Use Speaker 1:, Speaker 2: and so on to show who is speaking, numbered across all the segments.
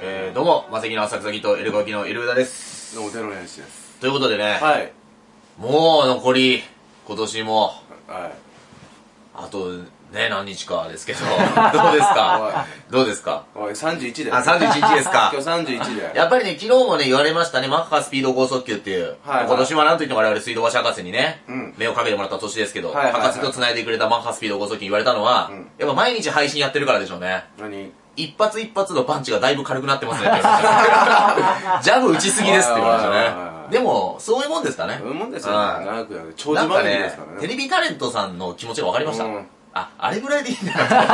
Speaker 1: えー、どうも、マセキの浅草ギとエルゴキのエルウダです。
Speaker 2: どうも、テロヤンシです。
Speaker 1: ということでね、
Speaker 2: はい。
Speaker 1: もう残り、今年も、
Speaker 2: はい。
Speaker 1: あとね、何日かですけど、ど うですかどうですか
Speaker 2: おい、31だ
Speaker 1: あ、
Speaker 2: よ。
Speaker 1: 31日ですか
Speaker 2: 今日31だよ。
Speaker 1: やっぱりね、昨日もね、言われましたね、マッハスピード高速球っていう、
Speaker 2: はいはい
Speaker 1: 今年はなんといっても我々水道橋博士にね、
Speaker 2: うん
Speaker 1: 目をかけてもらった年ですけど、
Speaker 2: はいはいはい
Speaker 1: 博士と繋いでくれたマッハスピード高速球に言われたのは、
Speaker 2: うん
Speaker 1: やっぱ毎日配信やってるからでしょうね。
Speaker 2: 何
Speaker 1: 一発一発のパンチがだいぶ軽くなってます ねって言われました。ジャブ打ちすぎですって言われまし
Speaker 2: はいはいはい
Speaker 1: た
Speaker 2: は
Speaker 1: ね。
Speaker 2: い
Speaker 1: でも、そういうもんですかね。
Speaker 2: そういうもんですよ。
Speaker 1: はい
Speaker 2: 長くやる。長
Speaker 1: なん
Speaker 2: 寿
Speaker 1: か
Speaker 2: 番組です
Speaker 1: ね
Speaker 2: から、
Speaker 1: テ
Speaker 2: ね。
Speaker 1: レビタレントさんの気持ちが分かりました
Speaker 2: うん。
Speaker 1: あ、あれぐらいでいいんだ な。観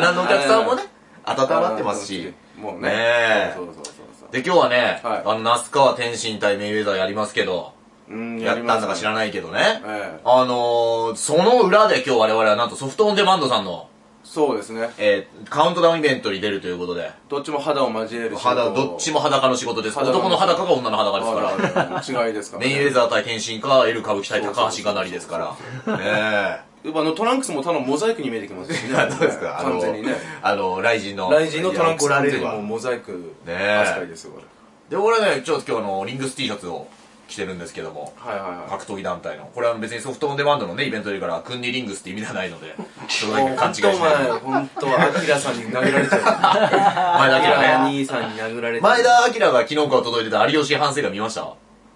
Speaker 1: 覧のお客さんもね、温まってますし。
Speaker 2: もう
Speaker 1: ね
Speaker 2: ね。
Speaker 1: え
Speaker 2: そうそうそうそう
Speaker 1: で、今日はね、
Speaker 2: はい
Speaker 1: あの、那須川天心対メイウェザーやりますけど、
Speaker 2: そう。うん
Speaker 1: やったんだか知ら
Speaker 2: ない。
Speaker 1: ないけどね。
Speaker 2: ええ
Speaker 1: あのー、その裏で今日我々はなんとソフトオンデマンドさんの、
Speaker 2: そうですね。
Speaker 1: えーカウントダウンイベントに出るということで、
Speaker 2: どっちも肌を交える
Speaker 1: 肌、どっち
Speaker 2: も。
Speaker 1: も裸の仕事です。
Speaker 2: 裸の
Speaker 1: 男の裸が女の裸ですから。
Speaker 2: ら。違いですから、
Speaker 1: メインウェザー対天心か、エル歌舞伎対高橋がなりですから。 ね
Speaker 2: やっぱあの、トランクスもただのモザイクに見えてきますし
Speaker 1: え。
Speaker 2: ね。
Speaker 1: どうですかあの
Speaker 2: 完全にね。、
Speaker 1: あの、ライジンの。
Speaker 2: ライジンのトランクス
Speaker 1: いや
Speaker 2: 完
Speaker 1: 怒られ
Speaker 2: 全
Speaker 1: る
Speaker 2: にも
Speaker 1: わ
Speaker 2: う。モザイク
Speaker 1: ねえ
Speaker 2: 扱いですよ、これ。
Speaker 1: で、俺ね、ちょっと今日あの、リングス T シャツを着てるんですけども。
Speaker 2: はいはいはい。
Speaker 1: 格闘技団体の。これは別にソフトオンデマンドのね、イベントでるから、クンディリングスって意味ではないの で、ちょっとなんか勘違いしないで。
Speaker 2: 本当お前、本当アキラさんに殴られちゃう。
Speaker 1: 前田
Speaker 2: アキラ
Speaker 1: 明ね。
Speaker 2: 兄さんに殴られちゃう。
Speaker 1: 前田明が昨日から届いてた有吉反省が見ました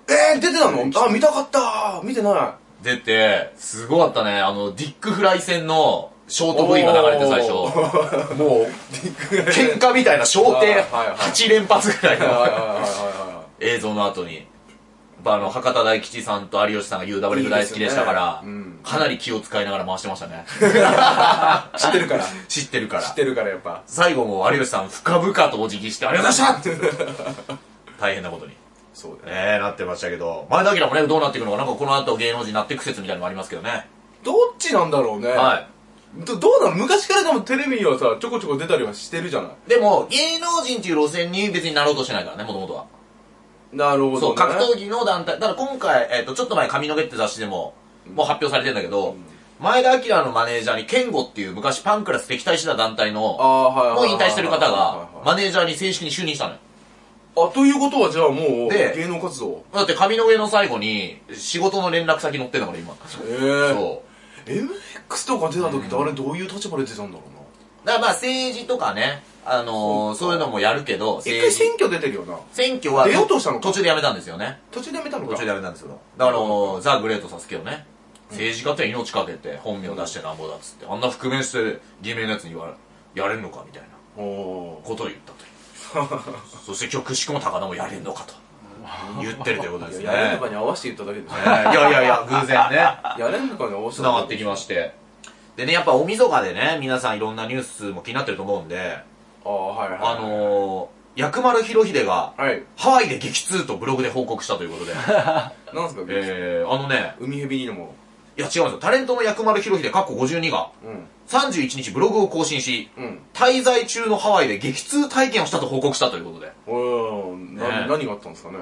Speaker 2: えー、出てたのあ、見たかった見てな
Speaker 1: 出て、すごかったね。あの、ディック・フライ戦のショート V が流れて最初。
Speaker 2: お
Speaker 1: もう、喧嘩みたいな小
Speaker 2: はい
Speaker 1: 艇
Speaker 2: はいはい
Speaker 1: 8連発ぐらい
Speaker 2: い。はいはい
Speaker 1: の
Speaker 2: はいは
Speaker 1: 映像の後に。あの、博多大吉さんと有吉さんが UW 大好きでしたから、
Speaker 2: いいですねうん
Speaker 1: かなり気を使いながら回してました ね。
Speaker 2: い。知ってるから。
Speaker 1: 知ってるから。
Speaker 2: 知ってるからやっぱ。
Speaker 1: 最後も有吉さん深々とお辞儀して、ありがとうございましたって大変なことに。ね
Speaker 2: そうだね。
Speaker 1: え、なってましたけど、前田明もね、どうなっていくのか、なんかこの後芸能人になっていく説みたいなのもありますけどね。
Speaker 2: どっちなんだろうね。
Speaker 1: はい。
Speaker 2: い。どどうなの昔からでもテレビにはさ、ちょこちょこ出たりはしてるじゃない。
Speaker 1: でも、芸能人っていう路線に別になろうとしてないからね、もともとは。
Speaker 2: なる
Speaker 1: そ
Speaker 2: ほど、
Speaker 1: う、
Speaker 2: ね。
Speaker 1: 格闘技の団体。だから今回、えっ、と、ちょっと前、髪の毛って雑誌でも、もう発表されてんだけど、前田明のマネージャーに、ケンゴっていう昔パンクラス敵対してた団体
Speaker 2: あ
Speaker 1: の、
Speaker 2: あ、はいはい
Speaker 1: も
Speaker 2: は
Speaker 1: う
Speaker 2: いはい。
Speaker 1: 引退してる方が、
Speaker 2: はい
Speaker 1: マネージャーに正式に就任したのよ。
Speaker 2: はいあ、ということはじゃあもう、
Speaker 1: で
Speaker 2: 芸能活動。
Speaker 1: だって髪の毛の最後に、仕事の連絡先載ってんだから、今。
Speaker 2: ええ。
Speaker 1: そう。
Speaker 2: MX とか出た時ってあれどういう立場で出たんだろうな。
Speaker 1: だからまあ政治とかね、あのー、そういうのもやるけど、
Speaker 2: 一回
Speaker 1: 政治
Speaker 2: 選挙出てるよな。
Speaker 1: 選挙は
Speaker 2: 出ようとしたのか
Speaker 1: 途中でやめたんですよね。
Speaker 2: 途中でやめたのか。
Speaker 1: 途中でやめたんですよ。だからあのー、ザ・グレート・サスケをね、政治家って命かけて本名出してなんぼだっつって、あんな覆面して偽名のやつに言われ、やれんのかみたいな
Speaker 2: おおー。
Speaker 1: ことを言ったという。 そして今日くしくも高田もやれんのかと言ってるということですね。い
Speaker 2: やれんのかに合わせて言っただけでしょ。
Speaker 1: やいやいや、偶然ね。
Speaker 2: やれんのかに合わせ
Speaker 1: 繋がってきまして。でね、やっぱ大晦日でね、皆さんいろんなニュースも気になってると思うんで、
Speaker 2: ああ、はいはい。
Speaker 1: あのー、薬丸博秀が、
Speaker 2: はい。
Speaker 1: ハワイで激痛とブログで報告したという ことで、
Speaker 2: なんすか、
Speaker 1: えー、あのね、
Speaker 2: 海蛇にのも。
Speaker 1: いや違うんですよ、タレントの薬丸博秀、かっこ52が、
Speaker 2: うん。
Speaker 1: 31日ブログを更新し、
Speaker 2: うん。
Speaker 1: 滞在中のハワイで激痛体験をしたと報告したということで、
Speaker 2: おー、な、
Speaker 1: ね
Speaker 2: 何があったんですかね。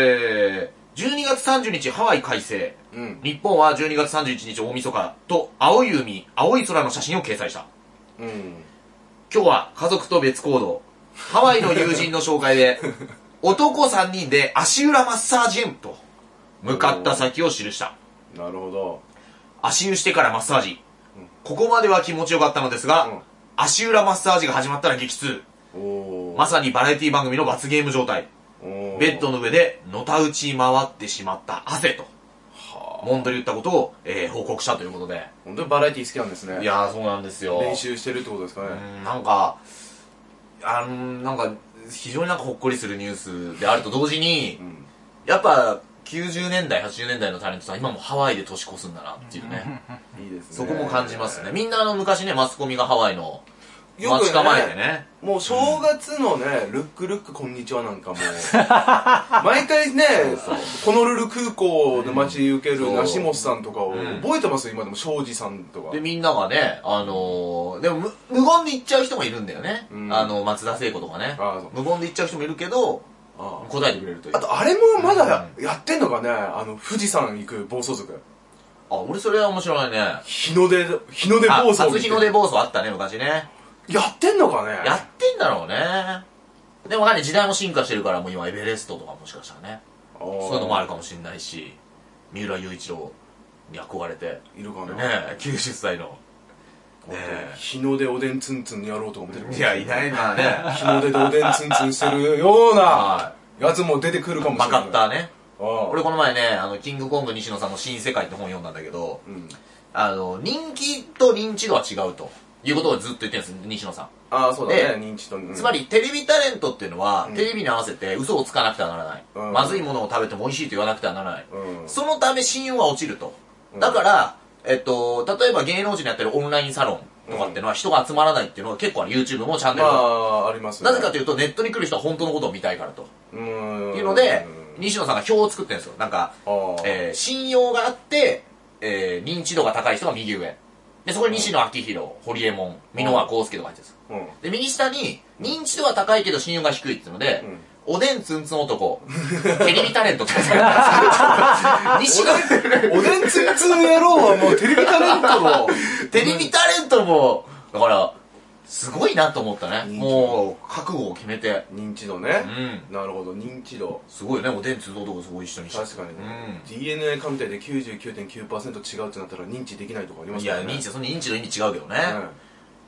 Speaker 1: えー、12月30日ハワイ改正、
Speaker 2: うん。
Speaker 1: 日本は12月31日大晦日と、青い海、青い空の写真を掲載した。
Speaker 2: うん。
Speaker 1: 今日は家族と別行動。ハワイの友人の紹介 で、男3人で足裏マッサージ園と、向かった先を記した。
Speaker 2: なるほど。
Speaker 1: 足湯してからマッサージ。ここまでは気持ちよかったのですが、
Speaker 2: うん
Speaker 1: 足裏マッサージが始まったら激痛。
Speaker 2: おー。
Speaker 1: まさにバラエティ番組の罰ゲーム状態。
Speaker 2: おー
Speaker 1: ベッド。の上で、のたうち回ってしまった汗と、
Speaker 2: は
Speaker 1: モンドで言ったことを、えー報告したということで。
Speaker 2: ぁ。本当にバラエティ好きなんですね。
Speaker 1: い。やー、そうなんですよ。
Speaker 2: 練習してるってことですかね。
Speaker 1: うんなんか、あの、なんか、非常になんかほっこりするニュースであると同時に、
Speaker 2: ん
Speaker 1: やっぱ、90年代、80年代のタレントさん、今もハワイで年越すんだなっていうね、
Speaker 2: いいですね。
Speaker 1: そこも感じますね。。みんなあの昔ね、マスコミがハワイの
Speaker 2: よくね
Speaker 1: 待ち構えてね、
Speaker 2: もう正月のね、ルックルックこんにちはなんかもう。 毎回ね、ホノルル空港で待ち受ける
Speaker 1: うん
Speaker 2: 梨本さんとかを
Speaker 1: うん
Speaker 2: 覚えてますよ、今でも。庄司さんとか
Speaker 1: で、。みんながね、あのーでも無無言で行っちゃう人もいるんだよね。
Speaker 2: うん
Speaker 1: あの、松田聖子とかね
Speaker 2: あーそう。
Speaker 1: 無言で行っちゃう人もいるけど、
Speaker 2: ああ
Speaker 1: 答えてくれるという
Speaker 2: あ。と、あれもまだやってんのかね、あの、富士山行く暴走族。
Speaker 1: あ、俺それは面白いね。
Speaker 2: 日の出、日の出
Speaker 1: あ
Speaker 2: 暴、走。
Speaker 1: 初日の出暴走あったね、昔ね。
Speaker 2: やってんのかね
Speaker 1: やってんだろうね。でもわかんない。時代も進化してるから、もう今エベレストとかもしかしたらね。そういうのもある
Speaker 2: か
Speaker 1: かもしれないし、三浦雄一郎に憧れて、
Speaker 2: いるかな
Speaker 1: ねえ、90歳の。ね
Speaker 2: 日の出おでんツンツンやろうとかも出てくる
Speaker 1: え。いや、いないな ね。
Speaker 2: 日の出でおでんツンツンしてるような
Speaker 1: は
Speaker 2: やつも出てくるかもし
Speaker 1: バ
Speaker 2: れな
Speaker 1: カ
Speaker 2: い
Speaker 1: ッターね。
Speaker 2: こ
Speaker 1: 俺この前ね、あの、キングコング西野さんの新世界って本読んだんだけど、
Speaker 2: うん
Speaker 1: あの、人気と認知度は違うと。いうことをずっと言ってるんです、西野さん。
Speaker 2: ああそうだ
Speaker 1: で
Speaker 2: ね認知とうん
Speaker 1: つまり、テレビタレントっていうのは、
Speaker 2: うん
Speaker 1: テレビに合わせて嘘をつかなくてはならない、
Speaker 2: うん
Speaker 1: まずいものを食べても美味しいと言わなくてはならない。
Speaker 2: うん
Speaker 1: そのため信用は落ちると
Speaker 2: う。ん
Speaker 1: だから、えっと、例えば芸能人のやってるオンラインサロンとかっていうのは人が集まらないっていうのは結構ある YouTube もチャンネ
Speaker 2: ま
Speaker 1: ルも
Speaker 2: あありますね
Speaker 1: なぜかというとネットに来る人は本当のことを見たいからと。
Speaker 2: うーん
Speaker 1: っていうので、西野さんが表を作ってるんですよ。なんか、
Speaker 2: あー
Speaker 1: えー信用があって、えー認知度が高い人が右上。で、そこに西野昭弘、堀江門、美濃和康介とか入ってるんですよ。
Speaker 2: うん
Speaker 1: で、右下に、認知度は高いけど信用が低いっていうので、おでんつんつん 男、テレビタレントって書いてあるんですよ西野
Speaker 2: おでんツンツン野郎はもうテレビタレントの
Speaker 1: テレビタレントも、だから、すごいなと思ったね。
Speaker 2: うん
Speaker 1: もう、覚悟を決めて。
Speaker 2: 認知度ね
Speaker 1: うん。
Speaker 2: なるほど認知度
Speaker 1: すごいよね、おでん通道とかすごい一緒にして。
Speaker 2: 確かにね DNA 鑑定で99.9%違うってなったら認知できないとかあり
Speaker 1: う
Speaker 2: ま
Speaker 1: ん。い
Speaker 2: すか
Speaker 1: や、
Speaker 2: らね
Speaker 1: 認知、その認知の意味違うけどね。
Speaker 2: うん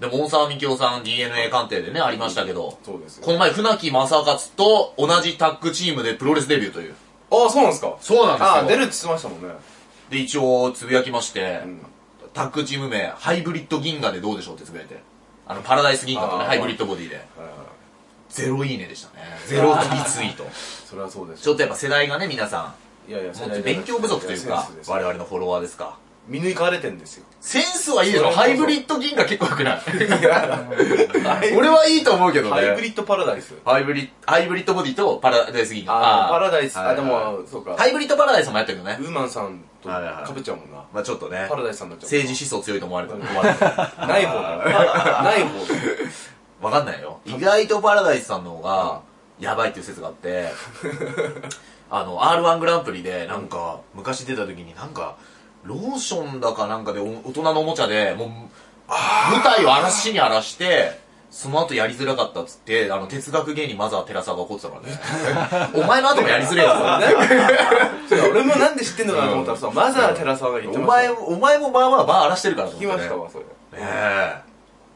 Speaker 1: でも、大沢みきおさん DNA 鑑定でね、ありましたけど、
Speaker 2: そうですよ
Speaker 1: この前、船木正勝と同じタッグチームでプロレスデビューという。
Speaker 2: ああそうなんですか
Speaker 1: そうなん
Speaker 2: ああ
Speaker 1: で
Speaker 2: 出
Speaker 1: すよ。
Speaker 2: るって言ってましたもんね
Speaker 1: で、一応、つぶやきまして、
Speaker 2: うん
Speaker 1: タッグチーム名、ハイブリッド銀河でどうでしょうってつぶやいて。あの、パラダイス銀河とね、
Speaker 2: あー
Speaker 1: ハイブリッドボディで。
Speaker 2: はいはい
Speaker 1: ゼロいいねでしたね。ゼロリツイート。
Speaker 2: それはそうです
Speaker 1: ちょっとやっぱ世代がね、皆さ
Speaker 2: いやいや
Speaker 1: ん、もっと勉強不足というか
Speaker 2: センスで、す
Speaker 1: 我々のフォロワーですか。
Speaker 2: 見抜かれてんですよ
Speaker 1: センスはいいでしょ
Speaker 2: そう
Speaker 1: ハイブリッド銀河結構良くない
Speaker 2: 俺
Speaker 1: 俺はいいと思うけどね。
Speaker 2: ハイブリッドパラダイス
Speaker 1: ハイブリッド、ハイブリッドボディとパラダイス銀河。
Speaker 2: ああ
Speaker 1: ー
Speaker 2: パラダイス
Speaker 1: はいは
Speaker 2: あ
Speaker 1: い
Speaker 2: でもそうか
Speaker 1: ハイブリッドパラダイスもやってるけどね
Speaker 2: ウ。ーマンさんと
Speaker 1: はいはい
Speaker 2: かぶっちゃうもんな
Speaker 1: まあちょっとね
Speaker 2: パ、ラダイスさんになっちゃう
Speaker 1: 政治思想強いと思われたら困る。
Speaker 2: ない 方だない方だ
Speaker 1: わかんない よ。意外とパラダイスさんの方が、やばいっていう説があって、 あの、R1 グランプリで、なんか、昔出た時になんか、ローションだかなんかで、お大人のおもちゃで、もう、舞台を荒らしに荒らして、その後やりづらかったっつって、あの、哲学芸人マザー・テラサが怒ってたから ね。お前の後もやりづらい や
Speaker 2: そうだ俺もなんで知ってんのかなと思ったらさマザー・テラサが言っ
Speaker 1: つ。
Speaker 2: て
Speaker 1: お
Speaker 2: ました
Speaker 1: 前、お前もまあまあバー荒らしてるからと思
Speaker 2: 聞き
Speaker 1: っ
Speaker 2: ま
Speaker 1: て
Speaker 2: し
Speaker 1: ね
Speaker 2: たわそれ
Speaker 1: ねえ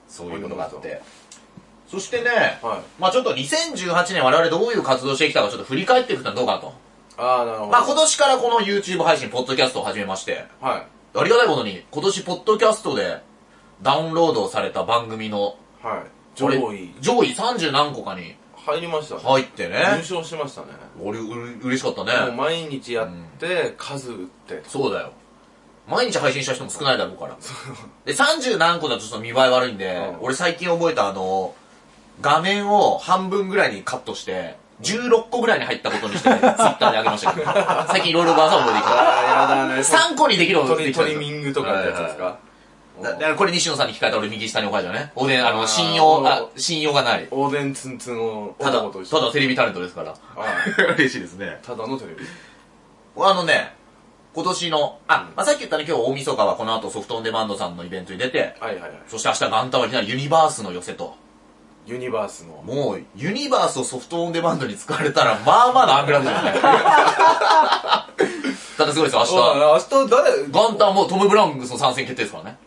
Speaker 1: そういうことがあってそしてね、
Speaker 2: はい
Speaker 1: まあちょっと2018年我々どういう活動してきたかちょっと振り返っていくのはどうかと
Speaker 2: ああなるほど
Speaker 1: まあ今年からこの YouTube 配信ポッドキャストを始めまして
Speaker 2: はい
Speaker 1: ありがたいことに今年ポッドキャストでダウンロードされた番組の
Speaker 2: はい
Speaker 1: あれ
Speaker 2: 上位
Speaker 1: 上位30何個かに
Speaker 2: 入りましたね
Speaker 1: 入って
Speaker 2: 優
Speaker 1: ね
Speaker 2: 勝しましたね
Speaker 1: 俺うれ嬉しかった
Speaker 2: もう
Speaker 1: ね
Speaker 2: 毎日やって数打って
Speaker 1: そうだよ毎日配信した人も少ないだろうからで30何個だとちょっと見栄え悪いんで、
Speaker 2: うん
Speaker 1: 俺最近覚えたあの画面を半分ぐらいにカットして16個ぐらいに入ったことにしてツイッターで上げましたけ ど最近いろいろ技を覚えてきた
Speaker 2: ああやだね
Speaker 1: 3個にできるほど
Speaker 2: ト
Speaker 1: で
Speaker 2: リ
Speaker 1: きた
Speaker 2: ト
Speaker 1: んです
Speaker 2: リ
Speaker 1: よ
Speaker 2: ミングとかってやつです
Speaker 1: は
Speaker 2: か
Speaker 1: いはいだだからこれ西野さんに聞かれたら俺右下に置かれたよねおでんあ
Speaker 2: あ
Speaker 1: の
Speaker 2: ー
Speaker 1: 信用あ
Speaker 2: お
Speaker 1: 信用がない
Speaker 2: おでんツンツンの
Speaker 1: ただ
Speaker 2: 男と一緒
Speaker 1: ただテレビタレントです から
Speaker 2: はい
Speaker 1: 嬉しいですね
Speaker 2: ただのテレビ
Speaker 1: あのね今年のあ、まあ、さっき言ったね今日大晦日はこの後ソフトオンデマンドさんのイベントに出て
Speaker 2: はいはいはい
Speaker 1: そして明日元旦はいきなりユニバースの寄せと
Speaker 2: ユニバースの
Speaker 1: もう、ユニバースをソフトオンデマンドに使われたら、まあまあなアングラムじゃない。ただすごいですよ、
Speaker 2: そうだ
Speaker 1: 明
Speaker 2: な明日誰
Speaker 1: 日。元旦もうトム・ブラウンの参戦決定ですからね。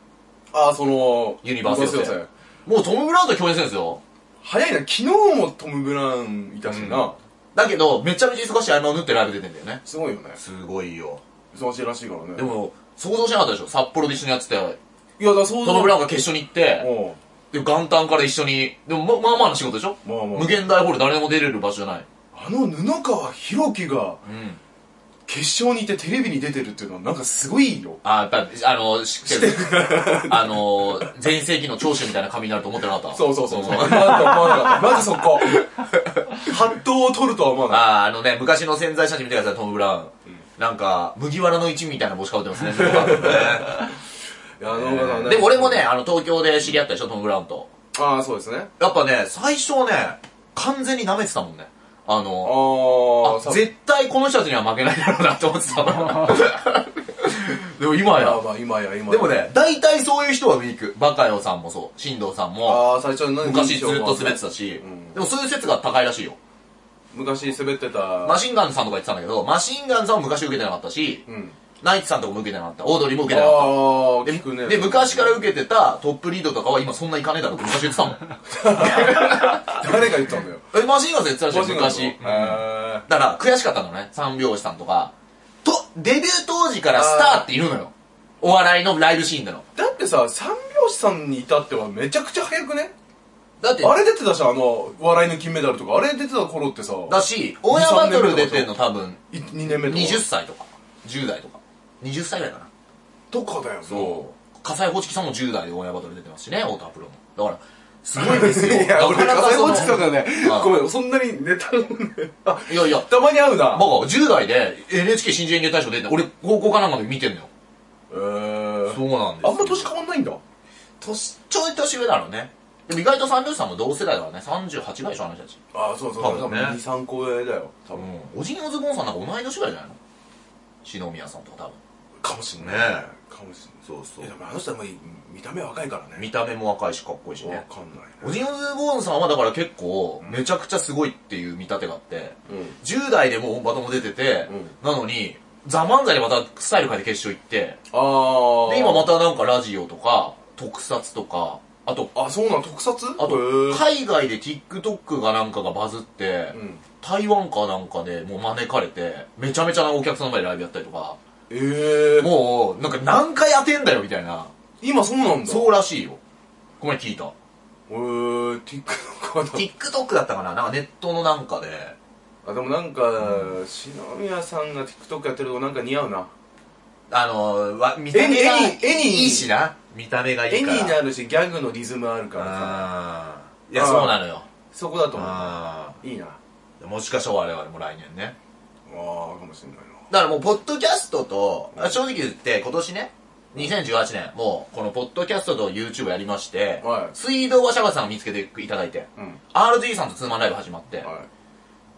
Speaker 2: あその
Speaker 1: ユニバース
Speaker 2: 予
Speaker 1: 予選もうトム・ブラウンと共演するんですよ。
Speaker 2: 早いな昨日もトム・ブラウンいたしな、
Speaker 1: だけど、めちゃめちゃ忙しい合間を縫ってライブ出てんだよね。
Speaker 2: すごいよね
Speaker 1: すごいよ。
Speaker 2: 忙しいらしいからね
Speaker 1: でも、想像しなかったでしょ札幌で一緒にやってて、
Speaker 2: いやだからそう
Speaker 1: トム・ブラウンが決勝に行って、
Speaker 2: おう
Speaker 1: で、元旦から一緒に、でも、ままあまあな仕事でしょ
Speaker 2: まあまあ
Speaker 1: 無限大ホール誰でも出れる場所じゃない。
Speaker 2: あの布川博樹が
Speaker 1: うん。
Speaker 2: 決勝にいてテレビに出てるっていうのはなんかすごいよ
Speaker 1: あ、だあの、知ってる。あの、前世紀の長州みたいな髪になると思ってなかった。
Speaker 2: そうそうそうそう
Speaker 1: あ
Speaker 2: なんか思わなかったまずそこ発動を取るとは思わなかっ
Speaker 1: あー、あのね、昔の潜在写真見てください、トム・ブラウン。なんか、麦わらの一味みたいな帽子かぶってます ね。
Speaker 2: たいやあの方ね
Speaker 1: でも俺もね、あの、東京で知り合ったでしょ、トム・ブラウンと。
Speaker 2: ああそうですね
Speaker 1: やっぱね、最初ね、完全に舐めてたもんね。あ
Speaker 2: あ
Speaker 1: の、
Speaker 2: あ
Speaker 1: 絶対この人たちには負けないだろうなって思ってたの。でも今や
Speaker 2: あ。まあ今や今や
Speaker 1: でもね、大体そういう人は見に行く。バカヨさんもそう。進藤さんも。
Speaker 2: ああ最初の
Speaker 1: 昔ずっと滑ってたし
Speaker 2: うん。
Speaker 1: でもそういう説が高いらしいよ。
Speaker 2: 昔滑ってた
Speaker 1: マシンガンズさんとか言ってたんだけど、マシンガンズさんも昔受けてなかったし、
Speaker 2: うん
Speaker 1: ナイツさんとかも受けてなかった。オードリーも受
Speaker 2: あ
Speaker 1: けてなかった。
Speaker 2: あ
Speaker 1: で
Speaker 2: 聞くね
Speaker 1: で昔から受けてたトップリードとかは今そんないかねえだろって昔言って たもん。
Speaker 2: 誰が言ったんだよ
Speaker 1: え、マシンガンズ言ってたらしい、昔。
Speaker 2: へえ
Speaker 1: だから悔しかったのね、三拍子さんとか。と、デビュー当時からスターっているのよ。お笑いのライブシーンでの。
Speaker 2: だってさ三拍子さんに至ってはめちゃくちゃ早くね
Speaker 1: だって、
Speaker 2: あれ出てたじゃんあの笑いの金メダルとかあれ出てた頃ってさ
Speaker 1: だし、オンエアバトル出てんの多分、
Speaker 2: 2年目とか
Speaker 1: 20歳とか、10代とか。20歳ぐらいかな。
Speaker 2: とかだよも
Speaker 1: う。笠井ホチキさんも10代でオンエアバトル出てますしね、太田プロも。だから、すごいですよ。
Speaker 2: いや俺
Speaker 1: なかなか
Speaker 2: 笠井
Speaker 1: その
Speaker 2: 落ちさんがね
Speaker 1: あ
Speaker 2: ごめんそんなにネタをねあ
Speaker 1: いやいや、
Speaker 2: たまに会うな
Speaker 1: バカ、10代で NHK 新人演芸大賞出てんだ俺、高校かなんかで見てんのよ。
Speaker 2: えー
Speaker 1: うなん
Speaker 2: あんま年変わんないんだ
Speaker 1: 年、ちょい年上だろうね。でも意外と三拍子さんも同世代だからね、38ぐらいでしょ、あの人たち。
Speaker 2: ああそうそう
Speaker 1: 多
Speaker 2: 多
Speaker 1: 分
Speaker 2: 分
Speaker 1: ね
Speaker 2: 23個上だよ多分
Speaker 1: うん、おじいおずぼんさんなんか同い年ぐらいじゃないの篠宮さんとか多分
Speaker 2: かもしんない
Speaker 1: ね
Speaker 2: かもしんない
Speaker 1: そうそ
Speaker 2: いやでもあの人はもう見た目は若いからね
Speaker 1: 見た目も若いしかっこいいし
Speaker 2: わ
Speaker 1: ね
Speaker 2: かんない
Speaker 1: おじいおずぼんさんはだから結構めちゃくちゃすごいっていう見立てがあって
Speaker 2: うん
Speaker 1: 10代でもうバトも出てて、なのにザ・漫才でまたスタイル変えて決勝行って
Speaker 2: ああ
Speaker 1: で今またなんかラジオとか特撮とかあと
Speaker 2: あそうなん特撮
Speaker 1: あと
Speaker 2: へー
Speaker 1: 海外で TikTok がなんかがバズって、
Speaker 2: うん
Speaker 1: 台湾かなんかでもう招かれてめちゃめちゃなお客さんの前でライブやったりとか
Speaker 2: ええー
Speaker 1: もう、なんか何回当てんだよみたいな。
Speaker 2: 今そうなんだ
Speaker 1: そうらしいよ。ごめん、聞いた。
Speaker 2: えー TikTok はだ
Speaker 1: TikTok だったかななんかネットのなんかで。
Speaker 2: あでもなんか篠宮さんが TikTok やってるとこなんか似合うな
Speaker 1: あの、わ見た目が
Speaker 2: 絵に絵に絵に
Speaker 1: いいしな。見た目がい
Speaker 2: 絵
Speaker 1: い
Speaker 2: に
Speaker 1: から。
Speaker 2: なるしギャグのリズムあるからさ
Speaker 1: あーいや、そうなのよ。
Speaker 2: そこだと思
Speaker 1: あ
Speaker 2: ういいなあ
Speaker 1: ーもしかしたら我々も来年ね。
Speaker 2: あかもしれないな
Speaker 1: だからもう、ポッドキャストと、あ正直言って今年ね、2018年、もう、このポッドキャストと YouTube やりまして、
Speaker 2: はい
Speaker 1: 水道はシャバさんを見つけていただいて、
Speaker 2: うん
Speaker 1: RG さんとツーマンライブ始まって、
Speaker 2: はい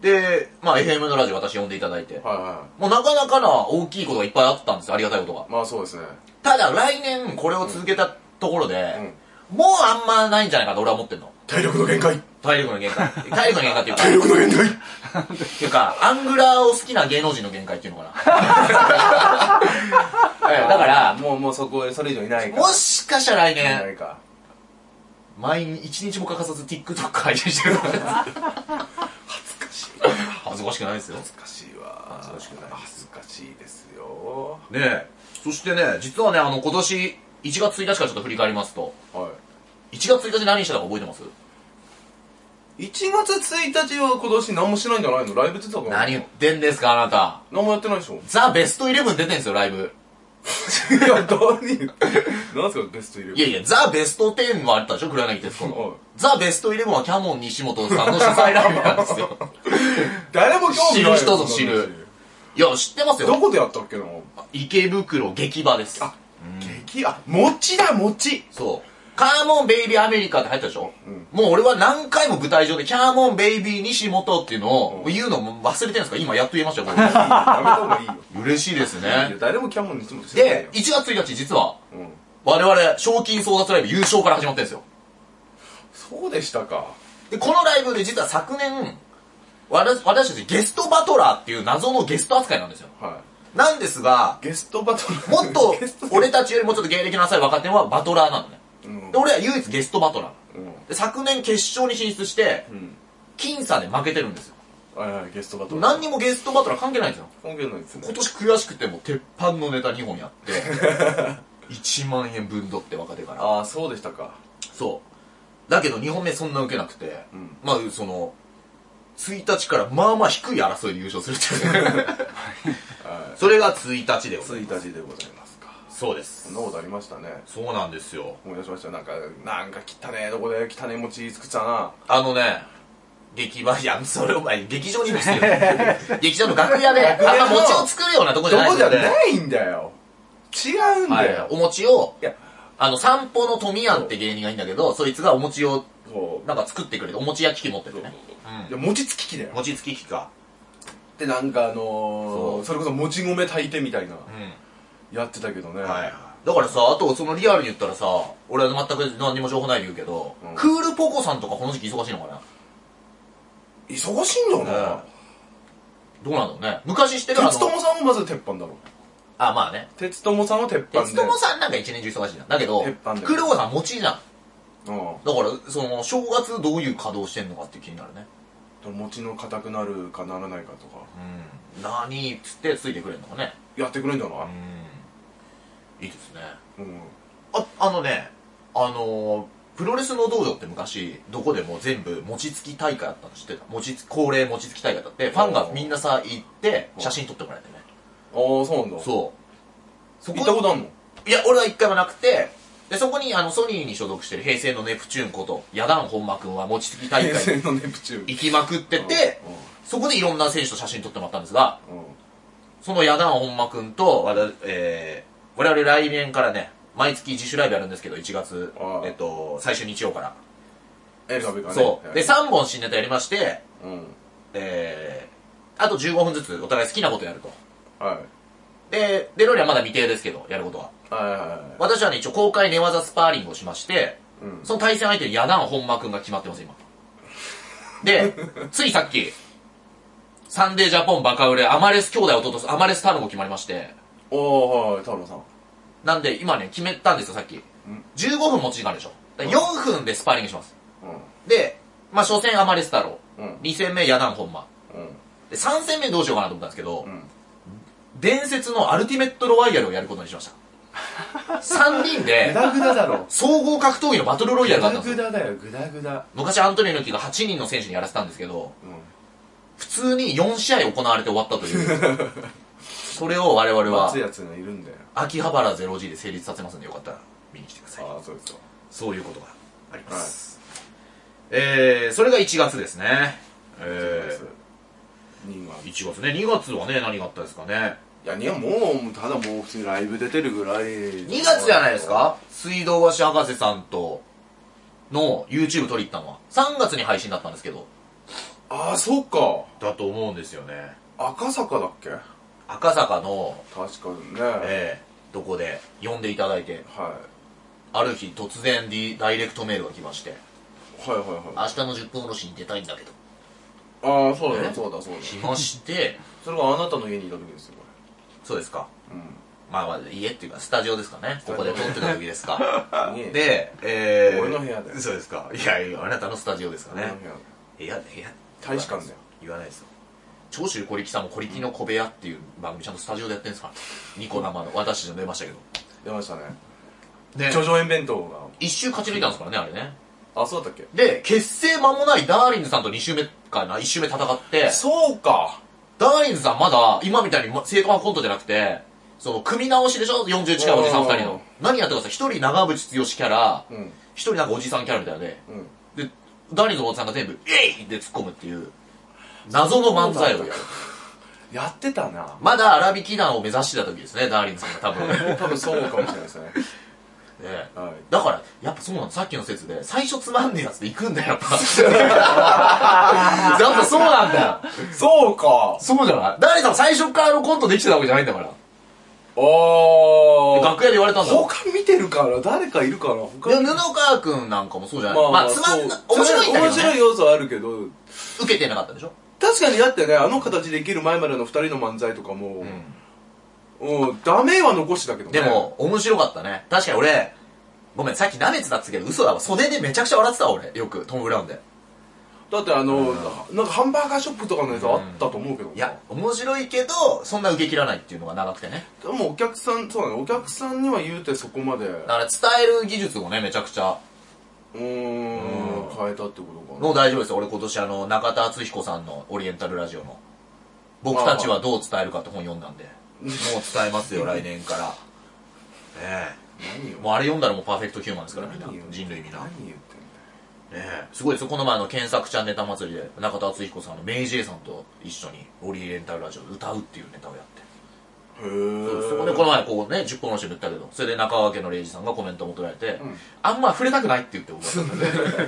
Speaker 1: で、まあ FM のラジオ私呼んでいただいて、
Speaker 2: はいは
Speaker 1: もうなかなかな大きいことがいっぱいあったんですよ、ありがたいことが
Speaker 2: い。まあそうですね
Speaker 1: ただ来年これを続けたところで、
Speaker 2: う
Speaker 1: もうあんまないんじゃないかと俺は思ってんの。
Speaker 2: 体力の限界
Speaker 1: 体力の限 界。体力の限界っていうか、
Speaker 2: 体力の限界
Speaker 1: っていうか、アングラーを好きな芸能人の限界っていうのか な。ええだから、
Speaker 2: もうもうそこへそれ以上いないから
Speaker 1: もしかしたら来
Speaker 2: いな
Speaker 1: 年、
Speaker 2: いか
Speaker 1: 毎日、一日も欠かさず TikTok 配信してると思います
Speaker 2: 恥ずかしい
Speaker 1: 恥ずかしくないですよ。ね
Speaker 2: 恥ずかしいわ
Speaker 1: 恥ずかしくない
Speaker 2: 恥ずかしいですよ
Speaker 1: え、そしてね、実はね、あの、今年1月1日からちょっと振り返りますと、
Speaker 2: は
Speaker 1: 1月1日何してたか覚えてます
Speaker 2: い1月1日は今年何もしないんじゃないのライブ出てたかな
Speaker 1: 何言ってんですか、あなた。
Speaker 2: 何もやってないでしょ
Speaker 1: ザ・ベストイレブン出てんですよ、ライブ。
Speaker 2: いやどう に何すかベストイレブン
Speaker 1: いやいや、ザ・ベスト10はあったでしょ、黒柳徹子
Speaker 2: はい
Speaker 1: の。ザ・ベストイレブンはキャモン西本さんの主催ライブなんです よ。
Speaker 2: 誰も興味ないよ
Speaker 1: 知る人ぞ知る
Speaker 2: そんな話
Speaker 1: いや、知ってます
Speaker 2: ど
Speaker 1: よ。
Speaker 2: こでやったっけな
Speaker 1: 池袋劇場です。
Speaker 2: あ激あ餅だ餅
Speaker 1: そう。カーモンベイビーアメリカって入ったでしょ、もう俺は何回も舞台上でキャーモンベイビー西本っていうのを言うのも忘れてるんですか今やっと言えましたよこ
Speaker 2: やめた方がいいよ
Speaker 1: れ、 嬉しいです
Speaker 2: いや
Speaker 1: ね。
Speaker 2: 誰もキャモンにしても知らない
Speaker 1: で
Speaker 2: よ、
Speaker 1: 1月1日実は、
Speaker 2: うん
Speaker 1: 我々、賞金争奪ライブ優勝から始まってるんですよ。
Speaker 2: そうでしたか
Speaker 1: で、このライブで実は昨年、わら私たちゲストバトラーっていう謎のゲスト扱いなんですよ。
Speaker 2: は
Speaker 1: なんですが
Speaker 2: い、ゲストバトル
Speaker 1: もっと
Speaker 2: ゲスト
Speaker 1: 俺たちよりもちょっと芸歴の浅い若手はバトラーなのね。
Speaker 2: うん
Speaker 1: で、俺は唯一ゲストバトラ
Speaker 2: うん
Speaker 1: ー。で、昨年決勝に進出して、
Speaker 2: うん
Speaker 1: 僅差で負けてるんですよ。
Speaker 2: はいはいゲストバトル
Speaker 1: 何にもゲストバトラー関係ないんですよ。
Speaker 2: 関係ないですね
Speaker 1: 今年悔しくてもう鉄板のネタ2本や って、1万円分取って若手から。
Speaker 2: ああそうでしたか
Speaker 1: そう。だけど2本目そんな受けなくて、
Speaker 2: ん
Speaker 1: まあその、1日からまあまあ低い争いで優勝するっ ていう。
Speaker 2: は
Speaker 1: それが1日でご
Speaker 2: い
Speaker 1: ざい
Speaker 2: 1
Speaker 1: ます。
Speaker 2: 日でございますか
Speaker 1: そうで
Speaker 2: そ
Speaker 1: す
Speaker 2: んな。ことありましたね
Speaker 1: そうなんですよ。
Speaker 2: 思い出しましたよなんかなんか汚ねえとこで汚ねえ餅作ってたな
Speaker 1: あのね、劇場、いや、それお前、劇場にもしてよ。 劇場の楽屋で、あん
Speaker 2: 屋の
Speaker 1: ま餅を作るようなとこじ
Speaker 2: ど
Speaker 1: ゃない
Speaker 2: こ
Speaker 1: の
Speaker 2: じ
Speaker 1: で
Speaker 2: ゃないんだよ違うんだよ
Speaker 1: はい、お餅を
Speaker 2: い、や
Speaker 1: あの、散歩の富庵って芸人がいいんだけど、そいつがお餅を、
Speaker 2: そう
Speaker 1: なんか作ってくれて、お餅焼き器持って
Speaker 2: そ
Speaker 1: る
Speaker 2: うそう
Speaker 1: ね。
Speaker 2: そういや餅つき機だよ
Speaker 1: 餅つき器か。
Speaker 2: でなんかあのー
Speaker 1: そ
Speaker 2: そうれこそもち米炊いてみたいな、
Speaker 1: うん。
Speaker 2: やってたけどね。
Speaker 1: だからさ、あとそのリアルに言ったらさ、俺は全く何にも情報ないで言うけど、
Speaker 2: うん
Speaker 1: クールポコさんとかこの時期忙しいのかな
Speaker 2: 忙しいんだ
Speaker 1: ね
Speaker 2: よ
Speaker 1: どうなんだろうね。昔してるあ
Speaker 2: な。
Speaker 1: の
Speaker 2: 鉄友さんもまず鉄板だろ。
Speaker 1: あ、まあね。
Speaker 2: 鉄友さんは鉄板で。
Speaker 1: 鉄友さんなんか一年中忙しいじゃん。だけど、ク
Speaker 2: 鉄板だよ
Speaker 1: ールポコさん持ちじゃん。
Speaker 2: うん。
Speaker 1: だから、その、正月どういう稼働してんのかって気になるね。
Speaker 2: 餅の硬くなるかならないかとか。
Speaker 1: うん。何っつってついてくれるのかね。
Speaker 2: やってくれんじゃない
Speaker 1: うん。いいですね。
Speaker 2: うん。
Speaker 1: あ、あのね、あのープロレスの道場って昔、どこでも全部餅つき大会あったの知ってた餅つ恒例餅つき大会だって、ファンがみんなさ、行って、写真撮ってもらえてね。
Speaker 2: ああ、そうなんだ。
Speaker 1: そう。そ
Speaker 2: 行ったこ
Speaker 1: こと
Speaker 2: あんの
Speaker 1: いや、俺は一回もなくて、で、そこに、あの、ソニーに所属してる平成のネプチューンこと、ヤダン本間くんは餅つき大
Speaker 2: 平
Speaker 1: 会
Speaker 2: 成
Speaker 1: に
Speaker 2: のネプチューン。
Speaker 1: 行きまくってて、そこでいろんな選手と写真撮ってもらったんですが、
Speaker 2: うん、うん。
Speaker 1: そのヤダン本間くんと、わだえー、我々来年からね、毎月自主ライブやるんですけど、1月
Speaker 2: あ、あ
Speaker 1: えっと、最終日曜から。
Speaker 2: エルサベがね。
Speaker 1: そう。で、
Speaker 2: はい
Speaker 1: 3本新ネタやりまして、
Speaker 2: うん。
Speaker 1: えー、あと15分ずつお互い好きなことやると。
Speaker 2: はい。
Speaker 1: で、デロリアンまだ未定ですけど、やることは。
Speaker 2: はいはいは
Speaker 1: 私はね、一応公開寝技スパーリングをしまして、
Speaker 2: い。うん。
Speaker 1: その対戦相手のヤダン本間くんが決まってます、今。で、ついさっき、サンデージャポンバカ売れ、アマレス兄弟弟、アマレスタロも決まりまして、
Speaker 2: おー、はい、太郎さん。
Speaker 1: なんで今ね、決めたんですよ、さっき。15分持ち時間あるでしょ。だから4分でスパーリングします。
Speaker 2: う
Speaker 1: で、まあ、初戦アマレスタロ
Speaker 2: ん。うん。
Speaker 1: 2戦目ヤダン本間。
Speaker 2: うん。
Speaker 1: で、3戦目どうしようかなと思ったんですけど、
Speaker 2: うん。
Speaker 1: 伝説のアルティメットロワイヤルをやることにしました。3人
Speaker 2: グ
Speaker 1: で、
Speaker 2: ダグダだろ。
Speaker 1: 総合格闘技のバトルロイヤルがあったんです
Speaker 2: グ
Speaker 1: よ。
Speaker 2: ダグダだよ、グダグダ。
Speaker 1: 昔アントニオ猪木が8人の選手にやらせたんですけど、
Speaker 2: う
Speaker 1: 普通に4試合行われて終わったと いう。それを我々
Speaker 2: ん。
Speaker 1: は
Speaker 2: 熱い、やつがいるんだよ。
Speaker 1: 秋葉原 0G で成立させますんで、よかったら見に来てください。
Speaker 2: ああ、そうですか。
Speaker 1: そういうことがあります。えー、それが1月ですね。え
Speaker 2: 人は
Speaker 1: ー、1月ね。2月はね、何があったですかね。
Speaker 2: いや、にはもう、ただもう普通にライブ出てるぐらい。2
Speaker 1: 2月じゃないですか水道橋博士さんとの YouTube 撮り行ったのは3月に配信だったんですけど
Speaker 2: ああ、そっか。
Speaker 1: だと思うんですよね
Speaker 2: 赤坂だっけ
Speaker 1: 赤坂の
Speaker 2: 確かにね。
Speaker 1: えー、どこで呼んでいただいて
Speaker 2: は
Speaker 1: ある日突然ディダイレクトメールが来まして
Speaker 2: い。はいはいはい。
Speaker 1: 明日の10分おろしに出たいんだけど
Speaker 2: ああ、そうだ
Speaker 1: え
Speaker 2: ね、そうだそうだ。
Speaker 1: 来ま して
Speaker 2: それがあなたの家にいた時ですよ、こ
Speaker 1: そうですか
Speaker 2: れ。
Speaker 1: まあまあ家っていうかスタジオですかねここで撮ってた時ですか
Speaker 2: うん。家で、
Speaker 1: でえー、
Speaker 2: 俺の部屋だよ
Speaker 1: そうですかいやいやあなたのスタジオですか
Speaker 2: 俺
Speaker 1: ね
Speaker 2: の部屋
Speaker 1: 部屋部屋
Speaker 2: 大使館だよ。
Speaker 1: 言わないですよ長州小力さんも「小力の小部屋」っていう番組ちゃんとスタジオでやってるんですからニコ生の私たちも出ましたけど
Speaker 2: 出ましたね。
Speaker 1: ね
Speaker 2: 叙々苑弁当が。
Speaker 1: 一周勝ち抜いたんですからねあれね
Speaker 2: あ、そうだったっけ
Speaker 1: で結成間もないダーリンズさんと2周目かな1周目戦って
Speaker 2: そうか。
Speaker 1: ダーリンズさんまだ今みたいにま正解はコントじゃなくてその組み直しでしょ40近いおじさん2人
Speaker 2: うん
Speaker 1: の何やってたかさ1人長渕剛キャラ1
Speaker 2: うん。
Speaker 1: 人なんかおじさんキャラみたいで
Speaker 2: うん。
Speaker 1: でダーリンズのおじさんが全部「イエイ!」で突っ込むっていう謎の漫才をやる
Speaker 2: やってたな。
Speaker 1: まだ荒引き団を目指してた時ですねダーリンさんが多 分
Speaker 2: 多分そうかもしれないですね。
Speaker 1: ね
Speaker 2: はい。
Speaker 1: だから、やっぱそうなの、さっきの説で、最初つまんねえやつで行くんだよ、やっ ぱ。やっぱそうなんだよ。
Speaker 2: そうか。
Speaker 1: そうじゃない誰さん最初からあのコントできてたわけじゃないんだから。
Speaker 2: おー。
Speaker 1: 楽屋で言われたんだも
Speaker 2: 他見てるから、誰かいるから、
Speaker 1: ん。いや、
Speaker 2: 他
Speaker 1: 布川くんなんかもそうじゃない。まあ、つまんな、
Speaker 2: そう
Speaker 1: 面白いんだ
Speaker 2: 面
Speaker 1: けど、
Speaker 2: 白い
Speaker 1: ね、
Speaker 2: 要素あるけど、
Speaker 1: 受けてなかったでしょ
Speaker 2: 確かにだってね、あの形できる前までの二人の漫才とかも、うん、ダメは残してたけどね。
Speaker 1: で、も、面白かったね。確かに俺、ごめん、さっき舐めてたっつうけど、嘘だわ。袖でめちゃくちゃ笑ってたわ俺。よく、トム・ブラウンで。
Speaker 2: だってあの、なんかハンバーガーショップとかのやつあったと思うけど、
Speaker 1: いや、面白いけど、そんな受け切らないっていうのが長くてね。
Speaker 2: でもお客さん、そうだね、お客さんには言うてそこまで、う
Speaker 1: だから伝える技術もね、めちゃくちゃ。
Speaker 2: ーん、変えたってことかな。
Speaker 1: もう大丈夫ですよ。俺今年あの、中田敦彦さんのオリエンタルラジオの、僕たちはどう伝えるかって本読んだんで、もう伝え ますよ、来年から。ね
Speaker 2: 何
Speaker 1: え。
Speaker 2: よ。
Speaker 1: もうあれ読んだらもうパーフェクトヒューマンですから、みんな
Speaker 2: 何よ。
Speaker 1: 人類みんな。
Speaker 2: 何
Speaker 1: ね
Speaker 2: 言ってん
Speaker 1: え。すごいですよ。この前あの、検索ちゃんネタ祭りで、中田敦彦さんのメイジェイさんと一緒に、オリエンタルラジオで歌うっていうネタをやって。
Speaker 2: だよ。へー。
Speaker 1: そこでこの前こうね、10本の人に言ったけど、それで中川家の礼二さんがコメントを求められて、
Speaker 2: ん
Speaker 1: あんま触れたくないって言って僕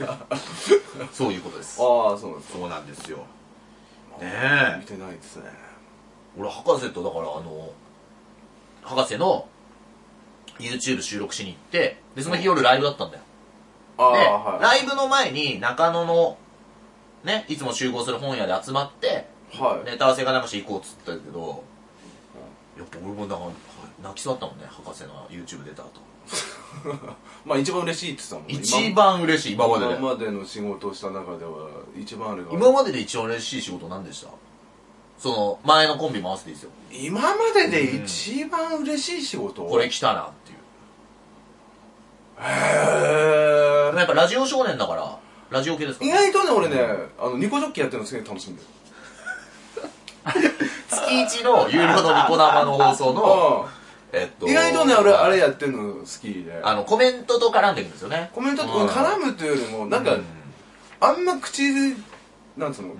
Speaker 1: は そういうことです。
Speaker 2: ああ、そうなんです。
Speaker 1: そうなんですよ。ねえ
Speaker 2: 見。てないですね。
Speaker 1: 俺博士とだからあの博士の YouTube 収録しに行って、で、その日夜ライブだったんだよ。
Speaker 2: ああ
Speaker 1: で、
Speaker 2: はい
Speaker 1: ライブの前に中野の、ね、いつも集合する本屋で集まって、
Speaker 2: はい
Speaker 1: ネタ合わせかなんかして行こうっつったけど、やっぱ俺もなんか泣きそうだったもんね、博士の YouTube 出た後。
Speaker 2: まあ一番嬉しいって言ってたもん
Speaker 1: 一番嬉しい、今までで。
Speaker 2: 今までの仕事をした中では一番あれが
Speaker 1: 今までで一番嬉しい仕事何でしたその、前のコンビも合わせていいですよ。
Speaker 2: 今までで一番嬉しい仕事
Speaker 1: これ来たなっていう。
Speaker 2: へえ
Speaker 1: でもやっぱラジオ少年だから、ラジオ系ですか
Speaker 2: 意
Speaker 1: ら
Speaker 2: 外とね俺ねあのニコジョッキやってるのすげえ楽しみだよ
Speaker 1: 月一の有料のニコ生の放送の、えっと、
Speaker 2: 意外とね俺あれやってるの好きで
Speaker 1: あの、コメントと絡んでるんですよね。
Speaker 2: コメントと
Speaker 1: うん
Speaker 2: 絡むというよりもなんか
Speaker 1: うん
Speaker 2: あんま口でなんつうの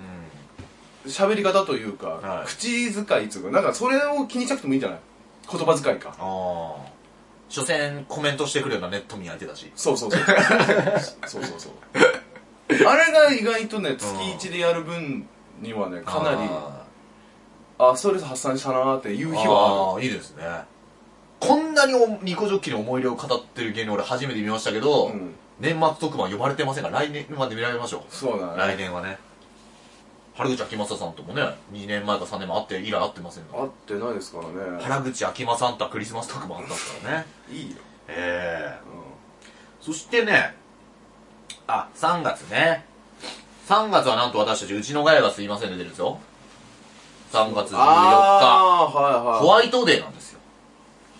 Speaker 2: 喋り方というか、
Speaker 1: はい
Speaker 2: 口遣いつうかなんかそれを気にしなくてもいいんじゃない言葉遣いか
Speaker 1: ああ。所詮コメントしてくるようなネット民相手だし。
Speaker 2: そうそうそうそうそうそうあれが意外とね月1でやる分にはねかなり
Speaker 1: あ
Speaker 2: あストレス発散したなーってい
Speaker 1: ー
Speaker 2: う日は
Speaker 1: あーいいですね。こんなにおニコジョッキに思い入れを語ってる芸人俺初めて見ましたけど、
Speaker 2: あるうん
Speaker 1: 年末特番呼ばれてませんが、来年まで見られましょう。
Speaker 2: そうだね
Speaker 1: 来年はね。原口秋政さんともね、2年前か3年前会って、以来会ってませんが。
Speaker 2: 会ってないですからね
Speaker 1: 原口秋政さんとはクリスマス特番あったんですからね。
Speaker 2: いいよ、
Speaker 1: ええ
Speaker 2: う
Speaker 1: そしてね、あ、3月ね。3月はなんと私たち、うちのガヤがすいませんで出るんですよ。3月14日。
Speaker 2: ん、あー
Speaker 1: ホワイトデーなんですよ。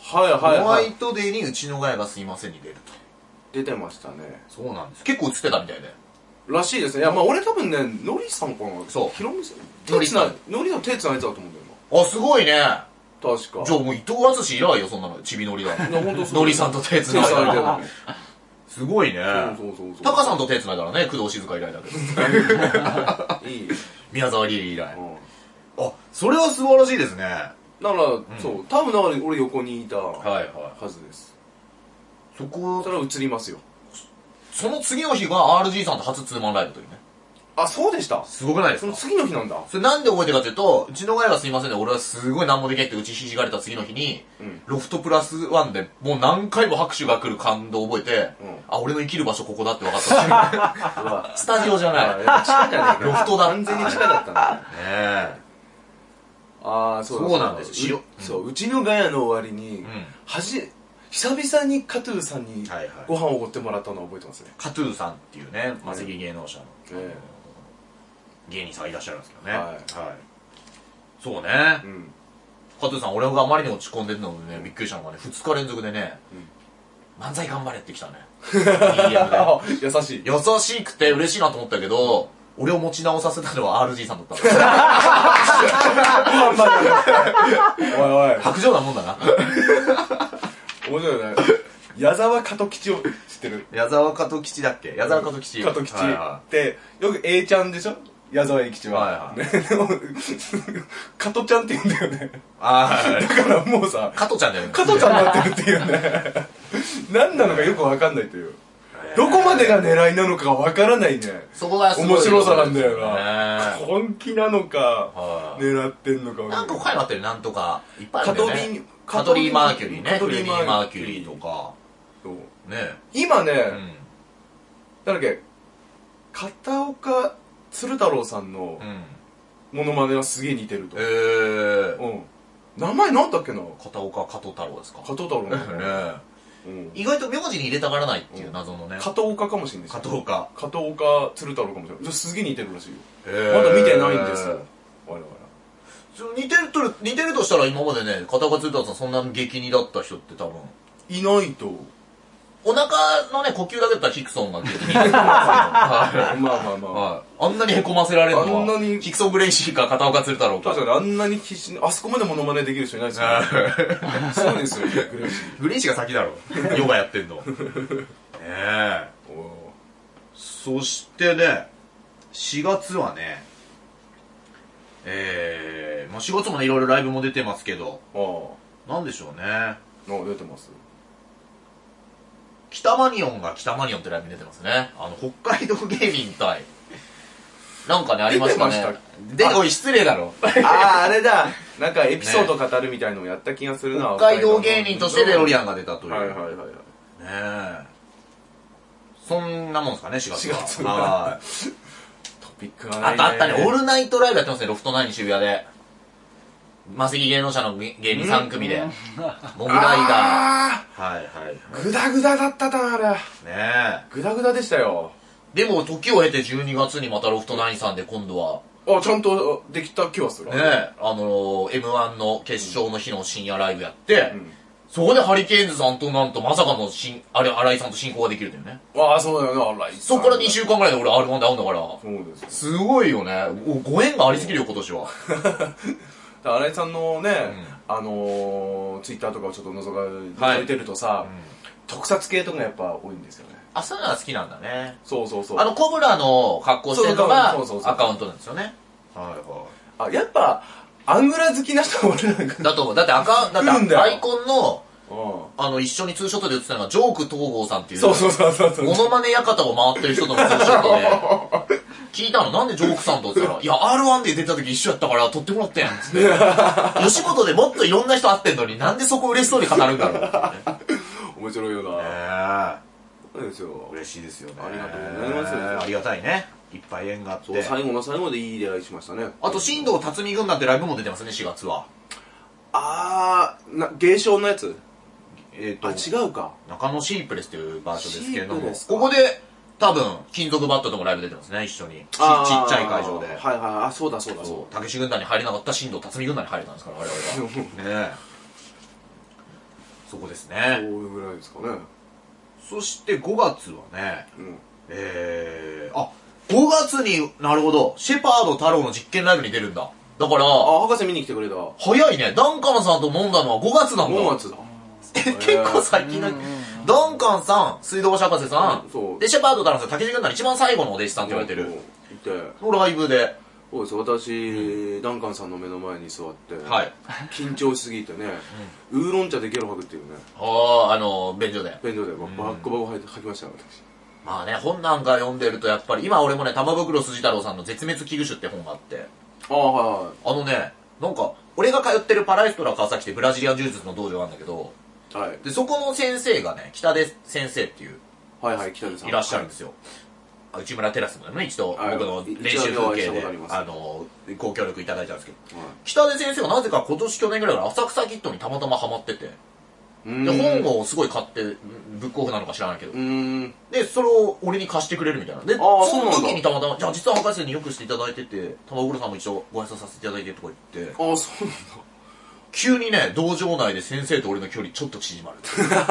Speaker 2: はいはいはい
Speaker 1: ホ
Speaker 2: は
Speaker 1: ワ
Speaker 2: いは
Speaker 1: イ
Speaker 2: い
Speaker 1: トデーにうちのガヤがすいませんに出ると。
Speaker 2: 出てましたね
Speaker 1: そうなんです。結構映ってたみたいで。
Speaker 2: らしいですねいやまあ俺多分ねノリさんかな
Speaker 1: そう
Speaker 2: ヒロミさん
Speaker 1: ノリ
Speaker 2: 手つ
Speaker 1: さ
Speaker 2: なんいノリさん手つないでたと思うんだよ
Speaker 1: あ、すごいね。
Speaker 2: な確か
Speaker 1: じゃあもう伊藤淳以来よ、そんなの。ちびのりだ。
Speaker 2: いやほんとそう
Speaker 1: のりさんと手
Speaker 2: 手
Speaker 1: つ
Speaker 2: つな
Speaker 1: ないい
Speaker 2: でた
Speaker 1: だ
Speaker 2: の
Speaker 1: な
Speaker 2: ね
Speaker 1: すごいね。
Speaker 2: そうそうそう
Speaker 1: タカさんと手繋いだらね、工藤静香以来だけど。
Speaker 2: いい、
Speaker 1: 宮沢りえ以来
Speaker 2: う。ん
Speaker 1: あ、それは素晴らしいですね。は
Speaker 2: だから、そう多分だから俺横にいた
Speaker 1: い
Speaker 2: は
Speaker 1: は
Speaker 2: ずです
Speaker 1: い。そこ
Speaker 2: そ、れは映りますよ
Speaker 1: その次の日が RG さんと初ツーマンライブというね。
Speaker 2: あそうでした
Speaker 1: すごくないで
Speaker 2: そ
Speaker 1: す
Speaker 2: の
Speaker 1: か
Speaker 2: 次の日 なんだ
Speaker 1: それなんで覚えてるかというと、うちの親がすいませんで、俺はすごい何もできないって打ちひじがれた次の日に、
Speaker 2: うん
Speaker 1: ロフトプラスワンでもう何回も拍手が来る感動を覚えて、
Speaker 2: うん
Speaker 1: あ、俺の生きる場所ここだって分か った。
Speaker 2: うわ
Speaker 1: スタジオじゃない。ね
Speaker 2: 地下じゃねえか
Speaker 1: ロフトだ
Speaker 2: 完全に地下だったんだ
Speaker 1: え。
Speaker 2: ああそうだ
Speaker 1: そうなんです
Speaker 2: う
Speaker 1: よ
Speaker 2: そううちのガヤの終わりに、
Speaker 1: ん
Speaker 2: はじ久々にカトゥーさんに
Speaker 1: はいはい
Speaker 2: ご飯をおごってもらったのを覚えてますね、
Speaker 1: カトゥーさんっていうね、マセキ芸能者の、
Speaker 2: え
Speaker 1: 芸人さんがいらっしゃるんですけどね。
Speaker 2: はい
Speaker 1: いそうね
Speaker 2: う。ん
Speaker 1: 加藤さん、俺があまりに落ち込んでるのでね、びっくりしたのがね、2日連続でね、漫才頑張れってきたね。DM で。
Speaker 2: あ優 しい
Speaker 1: 優しくて嬉しいなと思ったけど、俺を持ち直させたのは RG さんだった の。
Speaker 2: おい
Speaker 1: 白状なもんだな。
Speaker 2: おい面白いね矢沢加ト吉を知ってる
Speaker 1: 矢沢加藤吉だっけ矢沢加藤吉。
Speaker 2: 加ト吉
Speaker 1: はいは
Speaker 2: ってよく A ちゃんでしょ矢沢永吉は、
Speaker 1: はいは
Speaker 2: ねでも加トちゃんって言うんだよね
Speaker 1: い。あーはい
Speaker 2: だからもうさ
Speaker 1: 加藤ちゃんだよね。
Speaker 2: 加トちゃんになってるっていうね何なのかよくわかんないというどこまでが狙いなのかがわからないね
Speaker 1: そこがすごい
Speaker 2: 面白さなんだよな
Speaker 1: ね
Speaker 2: 本気なのか
Speaker 1: はい
Speaker 2: 狙ってんのか
Speaker 1: なんか他にもあったよね、なんとか。いっぱいあ
Speaker 2: カ
Speaker 1: るんだ
Speaker 2: ト
Speaker 1: よ
Speaker 2: リ
Speaker 1: ね
Speaker 2: ー。
Speaker 1: カトリー・マーキュリーね。
Speaker 2: カ
Speaker 1: フ
Speaker 2: ト
Speaker 1: レ
Speaker 2: リ
Speaker 1: デ
Speaker 2: ー
Speaker 1: ィ・マ
Speaker 2: マ
Speaker 1: ー
Speaker 2: ー
Speaker 1: キ
Speaker 2: キ
Speaker 1: ュ
Speaker 2: ュ
Speaker 1: リ
Speaker 2: リ
Speaker 1: ー
Speaker 2: ー
Speaker 1: とか。
Speaker 2: そう
Speaker 1: ね
Speaker 2: 今ね、
Speaker 1: うん。
Speaker 2: なんだっけ片岡鶴太郎さんの
Speaker 1: うん。
Speaker 2: モノマネがすげえ似てると
Speaker 1: えー、
Speaker 2: うん名前なんだっけな
Speaker 1: 片岡加藤太郎ですか
Speaker 2: 加藤太郎なのか
Speaker 1: ね
Speaker 2: な
Speaker 1: え
Speaker 2: うん
Speaker 1: 意外と名字に入れたがらないっていう謎のね。
Speaker 2: 加藤岡かもしれないし
Speaker 1: 加藤岡。
Speaker 2: 加藤岡鶴太郎かもしれないすげえ似てるらしいよ
Speaker 1: ま
Speaker 2: まだ見てないんですよ我々
Speaker 1: 似てると、似てるとしたら今までね、片岡鶴太郎さんそんな激似だった人って多分、
Speaker 2: いないと
Speaker 1: お腹のね、呼吸だけだったらヒクソンが激似だと思うんですけどは
Speaker 2: まあまあ
Speaker 1: い
Speaker 2: まあ
Speaker 1: はい。あんなに凹ませられるのは、
Speaker 2: あんなに
Speaker 1: ヒクソンブレイシーか片岡鶴太郎か
Speaker 2: 確。かにあんなに必死にあそこまでモノマネできる人いないですよね そうですよね嬉しい
Speaker 1: グレイシーが先だろ。ヨガやってんの。ねえ。
Speaker 2: お
Speaker 1: そしてね、4月はね、えー、まあ4月もね、いろいろライブも出てますけど、
Speaker 2: ーあ
Speaker 1: なんでしょうね。
Speaker 2: ああ出てます
Speaker 1: 北マニオンが北マニオンってライブに出てますね。あの、北海道芸人対、なんかね、ありましたね
Speaker 2: 出てまし。
Speaker 1: で、おい、失礼だろ。
Speaker 2: ああ、あれだ。なんかエピソード語るみたいのをやった気がするな。
Speaker 1: 北海道芸人としてデロリアンが出たという。
Speaker 2: はいはい
Speaker 1: ね
Speaker 2: はいはい。
Speaker 1: え。そんなもんすかね、4月は。
Speaker 2: 4月は
Speaker 1: はい。
Speaker 2: トピックがない
Speaker 1: あとあったね、オールナイトライブやってますね、ロフトナイン渋谷で。マセキ芸能者の芸人3組で。モグライダー。
Speaker 2: あ
Speaker 1: はいはい。ね
Speaker 2: あー、グダグダだったな、あれ。
Speaker 1: え。
Speaker 2: グダグダでしたよ。
Speaker 1: でも、時を経て12月にまたロフトナインさんで今度は、
Speaker 2: あ、ちゃんとできた気はする。
Speaker 1: ねえ、あのー、M1 の決勝の日の深夜ライブやって、
Speaker 2: うん
Speaker 1: そこでハリケーンズさんとなんとまさかの新、あれ、新井さんと進行ができるというね。
Speaker 2: ああ、そうだよね、あら、
Speaker 1: そこから2。週間ぐらいで俺 R1 で会うんだから。
Speaker 2: そうですよ。
Speaker 1: すごいよね。おご縁がありすぎるよ、今年は。
Speaker 2: だから新井さんのね、あのー、ツイッターとかをちょっと覗か、
Speaker 1: はい
Speaker 2: 覗いてるとさ、特撮系とかがやっぱ多いんですよね。
Speaker 1: あ、そういうのが好きなんだね。
Speaker 2: そうそうそう。
Speaker 1: あの、コブラの格好してるのが
Speaker 2: そうそうそうそう
Speaker 1: アカウントなんですよね。はいは
Speaker 2: あ、やっぱ、アングラ好きな人が俺なんか。
Speaker 1: だと思う。だってアカウント、だ
Speaker 2: 来る
Speaker 1: っ
Speaker 2: ん
Speaker 1: て
Speaker 2: だよ
Speaker 1: アイコンの、
Speaker 2: うん。
Speaker 1: あの、一緒にツーショットで映ってたのが、ジョーク東郷さんっていう。
Speaker 2: そうそうそうそうそう。
Speaker 1: モノマネ館を回ってる人とのツーショットで、 聞いたの、なんでジョークさんとって言ったら、いや、R1 で出た時一緒やったから撮ってもらったやん、つ って。吉本でもっといろんな人会ってんのに、なんでそこ嬉しそうに語るんだろうってね。
Speaker 2: 面白いよな。そうですよ。
Speaker 1: 嬉しいですよね。
Speaker 2: ありがとうございます
Speaker 1: ありがたいね。いっぱい縁があっ
Speaker 2: そう、
Speaker 1: て。
Speaker 2: 最後の最後でいい出会いしましたね。
Speaker 1: あと、新藤辰巳軍団ってライブも出てますね、4月は。
Speaker 2: あー、な、芸商のやつ
Speaker 1: えっ、
Speaker 2: あ、違うか。
Speaker 1: 中野シープレスという場所ですけれど
Speaker 2: シープ
Speaker 1: も
Speaker 2: レス、か
Speaker 1: ここで、多分、金属バットともライブ出てますね、一緒に。ちちっち
Speaker 2: あー
Speaker 1: ゃい会場で。
Speaker 2: はいはい、あ、そうだそうだそうだ。
Speaker 1: そう、たけし軍団に入れなかった新藤辰巳軍団に入れたんですから、我 々は。ねえ。そこです
Speaker 2: そう
Speaker 1: ね。
Speaker 2: いうぐらいですかね。
Speaker 1: そして5月はね、
Speaker 2: うん。
Speaker 1: えー、あ、5月に、なるほど、シェパード太郎の実験ライブに出るんだ。だから、
Speaker 2: あ、博士見に来てくれた。
Speaker 1: 早いね。ダンカンさんと飲んだのは5月なん
Speaker 2: 5
Speaker 1: だ。
Speaker 2: 月だ。
Speaker 1: え 結構最近だ。ダンカンさん、水道橋博士さん、
Speaker 2: そう
Speaker 1: で、シェパード太郎さん、竹地軍団の一番最後のお弟子さんって言われてる。
Speaker 2: いて。
Speaker 1: のライブで、
Speaker 2: そうです私、ダンカンさんの目の前に座って、
Speaker 1: はい。
Speaker 2: 緊張しすぎてね、ウーロン茶でゲロ吐くっていうね、
Speaker 1: ああ、あの、便所で。
Speaker 2: 弁当でバッコバコ吐いて吐きましたよ、私。
Speaker 1: まあね、本なんか読んでるとやっぱり、今俺もね、玉袋筋太郎さんの絶滅危惧種って本があって、
Speaker 2: ああ、はいはい。
Speaker 1: あのね、なんか、俺が通ってるパラエストラ川崎ってブラジリアン柔術の道場があるんだけど、
Speaker 2: はい。
Speaker 1: で、そこの先生がね、北出先生っていう、
Speaker 2: はいはい、北出さん。
Speaker 1: いらっしゃるんですよ。あ内村テラスもね、一度
Speaker 2: はい
Speaker 1: 僕の練習風景
Speaker 2: 一度お会いしたこ
Speaker 1: で
Speaker 2: とあり、ます
Speaker 1: あの、ご協力いただいたんですけど、
Speaker 2: はい。
Speaker 1: 北出先生がなぜか今年去年ぐらいから浅草キットにたまたまハマってて、
Speaker 2: うん
Speaker 1: で、本をすごい買って、ブックオフなのか知らないけど
Speaker 2: う、ーん。
Speaker 1: で、それを俺に貸してくれるみたいな。で、
Speaker 2: ー
Speaker 1: その
Speaker 2: そうなんだ
Speaker 1: 時にたまたま、じゃあ実は博士によくしていただいてて、玉黒さんも一応ご挨拶させていただいてとか言って、
Speaker 2: ああ、そうなんだ。
Speaker 1: 急にね、道場内で先生と俺の距離ちょっと縮まる。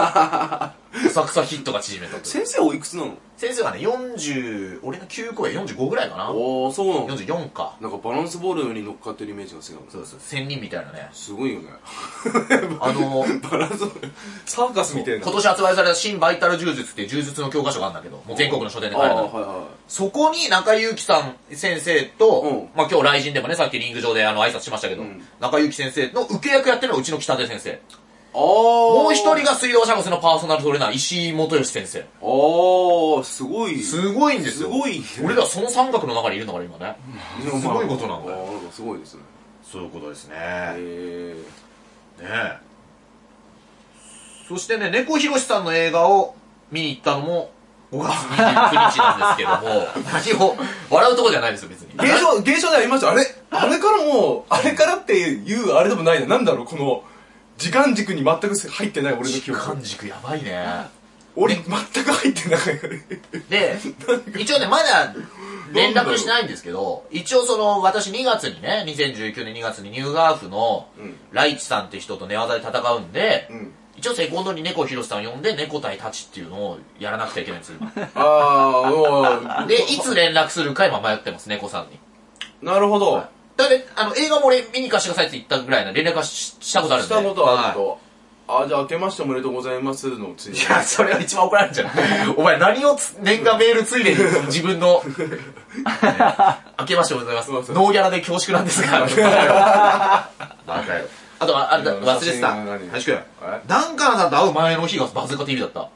Speaker 1: 浅草ヒットが縮めたという。
Speaker 2: 先生おいくつなの
Speaker 1: 先生がね、40、俺の9個や45ぐらいかな
Speaker 2: ああ、そうなの
Speaker 1: ?44 か。
Speaker 2: なんかバランスボールに乗っかってるイメージが違う
Speaker 1: そう
Speaker 2: の。
Speaker 1: そう、仙人みたいなね。
Speaker 2: すごいよね。
Speaker 1: あの、
Speaker 2: バランスボール、サーカスみたいな。
Speaker 1: 今年発売された新バイタル柔術っていう柔術の教科書があるんだけど、もう全国の書店で
Speaker 2: あ
Speaker 1: 買える
Speaker 2: あ、
Speaker 1: の
Speaker 2: はいは
Speaker 1: そこに中ゆきさん先生と、
Speaker 2: う
Speaker 1: まあ今日来人でもね、さっきリング上であの挨拶しましたけど、
Speaker 2: うん
Speaker 1: 中ゆき先生の受け役やってるのはうちの北出先生。
Speaker 2: い。ああ。も
Speaker 1: もう一人。が水道シャムスのパーソナルトレーナー、石井元義先生。
Speaker 2: ああ、すごい。
Speaker 1: すごいんです
Speaker 2: す
Speaker 1: よ。
Speaker 2: ごいね。
Speaker 1: 俺らその三角の中にいるんだから今ね。すごいことなんだよ
Speaker 2: ああ、なんかすごいですね。
Speaker 1: そういうことですね。ね
Speaker 2: ええ。
Speaker 1: えそしてね、猫ひろしさんの映画を見に行ったのも、5月29日なんですけども、何を、笑うとこじゃないですよ、別に。
Speaker 2: 芸 商、芸商でありました。あれ、あれからもう、あれからっていうあれでもないな。なんだろう、この、時間軸に全く入ってない俺の記
Speaker 1: 時間
Speaker 2: 憶。
Speaker 1: 軸やばいね。
Speaker 2: 俺、全く入ってない。
Speaker 1: で、一応ね、まだ連絡してないんですけど、一応その、私2月にね、2019年2月にニューガーフの
Speaker 2: うん、
Speaker 1: ライチさんって人と寝技で戦うんで、
Speaker 2: うん。
Speaker 1: 一応セコンドに猫ひろしさん呼んで、猫対タチっていうのをやらなくちゃいけないんですよ、今。
Speaker 2: ああ、お
Speaker 1: で、いつ連絡するか今迷ってます、猫さんに。
Speaker 2: なるほど。
Speaker 1: だって、あの、映画も俺見に行かせてくださいって言ったぐらいの連絡はししたことあるん
Speaker 2: し
Speaker 1: で。
Speaker 2: たことあ
Speaker 1: は
Speaker 2: る
Speaker 1: い
Speaker 2: と。あ、じゃあ、明けましておめでとうございますのついに
Speaker 1: いや、それは一番怒られるんじゃないお前何をつ年賀メールついでに自分 の、ね明けましておめでとうござい
Speaker 2: そ
Speaker 1: うま
Speaker 2: そ
Speaker 1: す。
Speaker 2: う
Speaker 1: ノーギャラで恐縮なんですが。バカよ。あとは、あれだ、忘れてた。
Speaker 2: 写真が何
Speaker 1: 林くん
Speaker 2: え。
Speaker 1: ダンカンさんと会う前の日がバズーカ TV だった。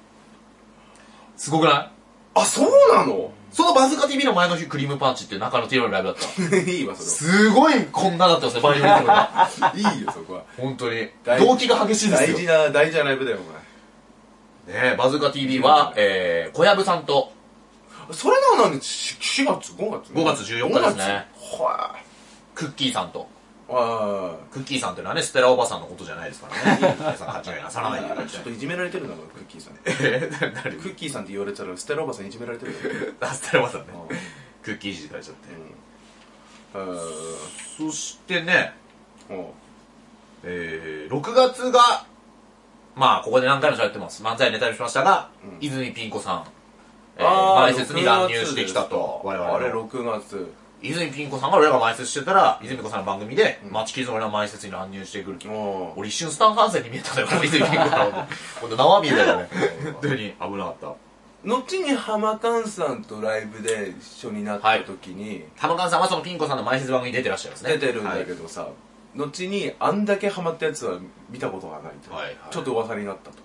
Speaker 1: すごくない
Speaker 2: あ、そうなの
Speaker 1: そのバズーカ TV の前の日、クリームパンチって中野ティロのライブだった。
Speaker 2: いいわ、そ
Speaker 1: すごいこんなだったんですね、バイオリンとか。
Speaker 2: れは。いいよ、そこは。
Speaker 1: 本当に。
Speaker 2: 大
Speaker 1: 動機が激しいですよ。
Speaker 2: 大事な、大事なライブだよ、お
Speaker 1: ねえ、バズーカ TV は、えー、小籔さんと
Speaker 2: 前。それなのなんで、し4月 ?5 月
Speaker 1: 5月14日ですね。
Speaker 2: 5月は
Speaker 1: クッキーさんと。
Speaker 2: い。は
Speaker 1: クッキーさんっていうのはね、ステラおばさんのことじゃないですから ね。皆さん、間違いなさらないでくだ
Speaker 2: い。ちょ
Speaker 1: さ
Speaker 2: っ
Speaker 1: い
Speaker 2: といじめられてるな、クッキーさん。ク
Speaker 1: えー、何
Speaker 2: ッキーさんって言われたら、ステラおばさんいじめられ てるよ。
Speaker 1: あ、ステラおばさんね
Speaker 2: うん。
Speaker 1: クッキーいじってられちゃって。
Speaker 2: うん。うん
Speaker 1: そしてね、
Speaker 2: うん
Speaker 1: えー、6月が、まあ、ここで何回も喋ってます。漫才ネタにしましたが、
Speaker 2: うん
Speaker 1: 泉ピン子さん、えー、
Speaker 2: あ
Speaker 1: 前
Speaker 2: ー
Speaker 1: 説に乱入してきたと。我々の
Speaker 2: あれ、6月。
Speaker 1: 泉ピン子さんが俺らが前説してたら、泉ピン子さんの番組で、
Speaker 2: うん
Speaker 1: マチキリズムの前説に乱入してくると。
Speaker 2: お
Speaker 1: 俺一瞬スタンハンセンに見えたんだ よ、泉ピン子さん。ほんと生身だよね。 本当に危なかった。
Speaker 2: 後に浜ンさんとライブで一緒になった時に、
Speaker 1: 玉川さんはそのピン子さんの前説番組に出てらっしゃるんですね。
Speaker 2: 出てるんだけ
Speaker 1: はい
Speaker 2: どさ、後にあんだけハマったやつは見たことがないと、
Speaker 1: はいはい
Speaker 2: ちょっと噂になったと、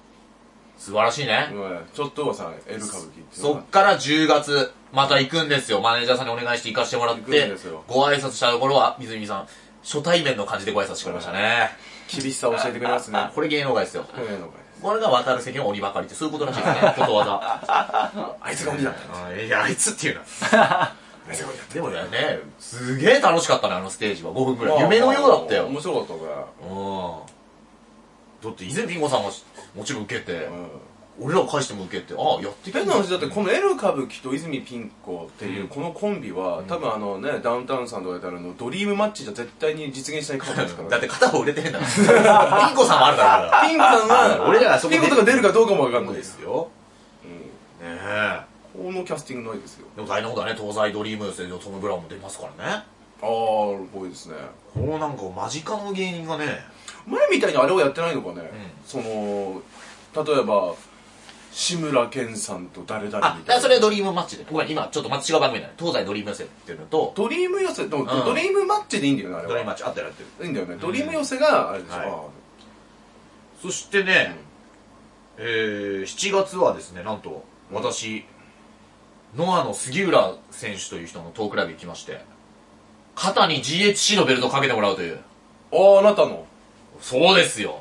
Speaker 1: 素晴らしいね。
Speaker 2: うんちょっと噂 L 歌舞伎っていうの
Speaker 1: そ
Speaker 2: が
Speaker 1: っから10月、また行くんですよ。マネージャーさんにお願いして行かしてもらっ
Speaker 2: 行くん
Speaker 1: て
Speaker 2: ですよ、
Speaker 1: ご挨拶したところは、水見さん、初対面の感じでご挨拶してくれましたね。
Speaker 2: 厳しさを教えてくれますね
Speaker 1: あこれ芸能界ですよ。
Speaker 2: これの回です
Speaker 1: これが渡る責任は鬼ばかりって、そういうことらしいです ね。ことわざ。
Speaker 2: あいつが鬼だった
Speaker 1: うんいや、あいつっていうな。
Speaker 2: あいつが鬼だっ
Speaker 1: でもね、すげえ楽しかったね、あのステージは。5分く
Speaker 2: た
Speaker 1: らい。夢のようだったよ。
Speaker 2: 面白かったか
Speaker 1: うん。だって、以前ピンゴさんはもちろん受けて
Speaker 2: ら、う、ん、
Speaker 1: 俺ら返しても受けて、ああ、やってきた
Speaker 2: 変な話だってこの L 歌舞伎と泉ピン子っていうこのコンビは、多分あのねダウンタウンさんとかであるのドリームマッチじゃ絶対に実現しない方ですから、ね、
Speaker 1: だって片方売れてんだから。 ピンコさんもあるからだから。
Speaker 2: ピン子さんは
Speaker 1: 俺らがそこ
Speaker 2: ピン子とか出るかどうかもわかんない
Speaker 1: そう
Speaker 2: で
Speaker 1: ですすよ。ねえ。
Speaker 2: このキャスティングないですよ
Speaker 1: でも大変なことだね、東西ドリームスでトム・ブラウンも出ますからね。
Speaker 2: ああぽいですね
Speaker 1: このなんか間近の芸人がね、
Speaker 2: 前みたいにあれをやってないのかね、
Speaker 1: ん
Speaker 2: その例えば志村けんさんと誰々みたいな
Speaker 1: あ、だからそれはドリームマッチで。ごめん、今ちょっとま違う番組だね。東西ドリームスっていうのと、
Speaker 2: ドリーム寄せでも、
Speaker 1: ん
Speaker 2: ドリームマッチでいいんだよねあ
Speaker 1: ドリ
Speaker 2: れ
Speaker 1: ームマ
Speaker 2: は
Speaker 1: ッチあってやってる。
Speaker 2: いいんだよね、ドリーム寄せがあれでしょ、
Speaker 1: はい
Speaker 2: あ
Speaker 1: そしてね、えー、7月はですね、なんと、私、ノアの杉浦選手という人のトークライブ行きまして、肩に GHC のベルトをかけてもらうという。
Speaker 2: ーあーあなたの
Speaker 1: そうですよ。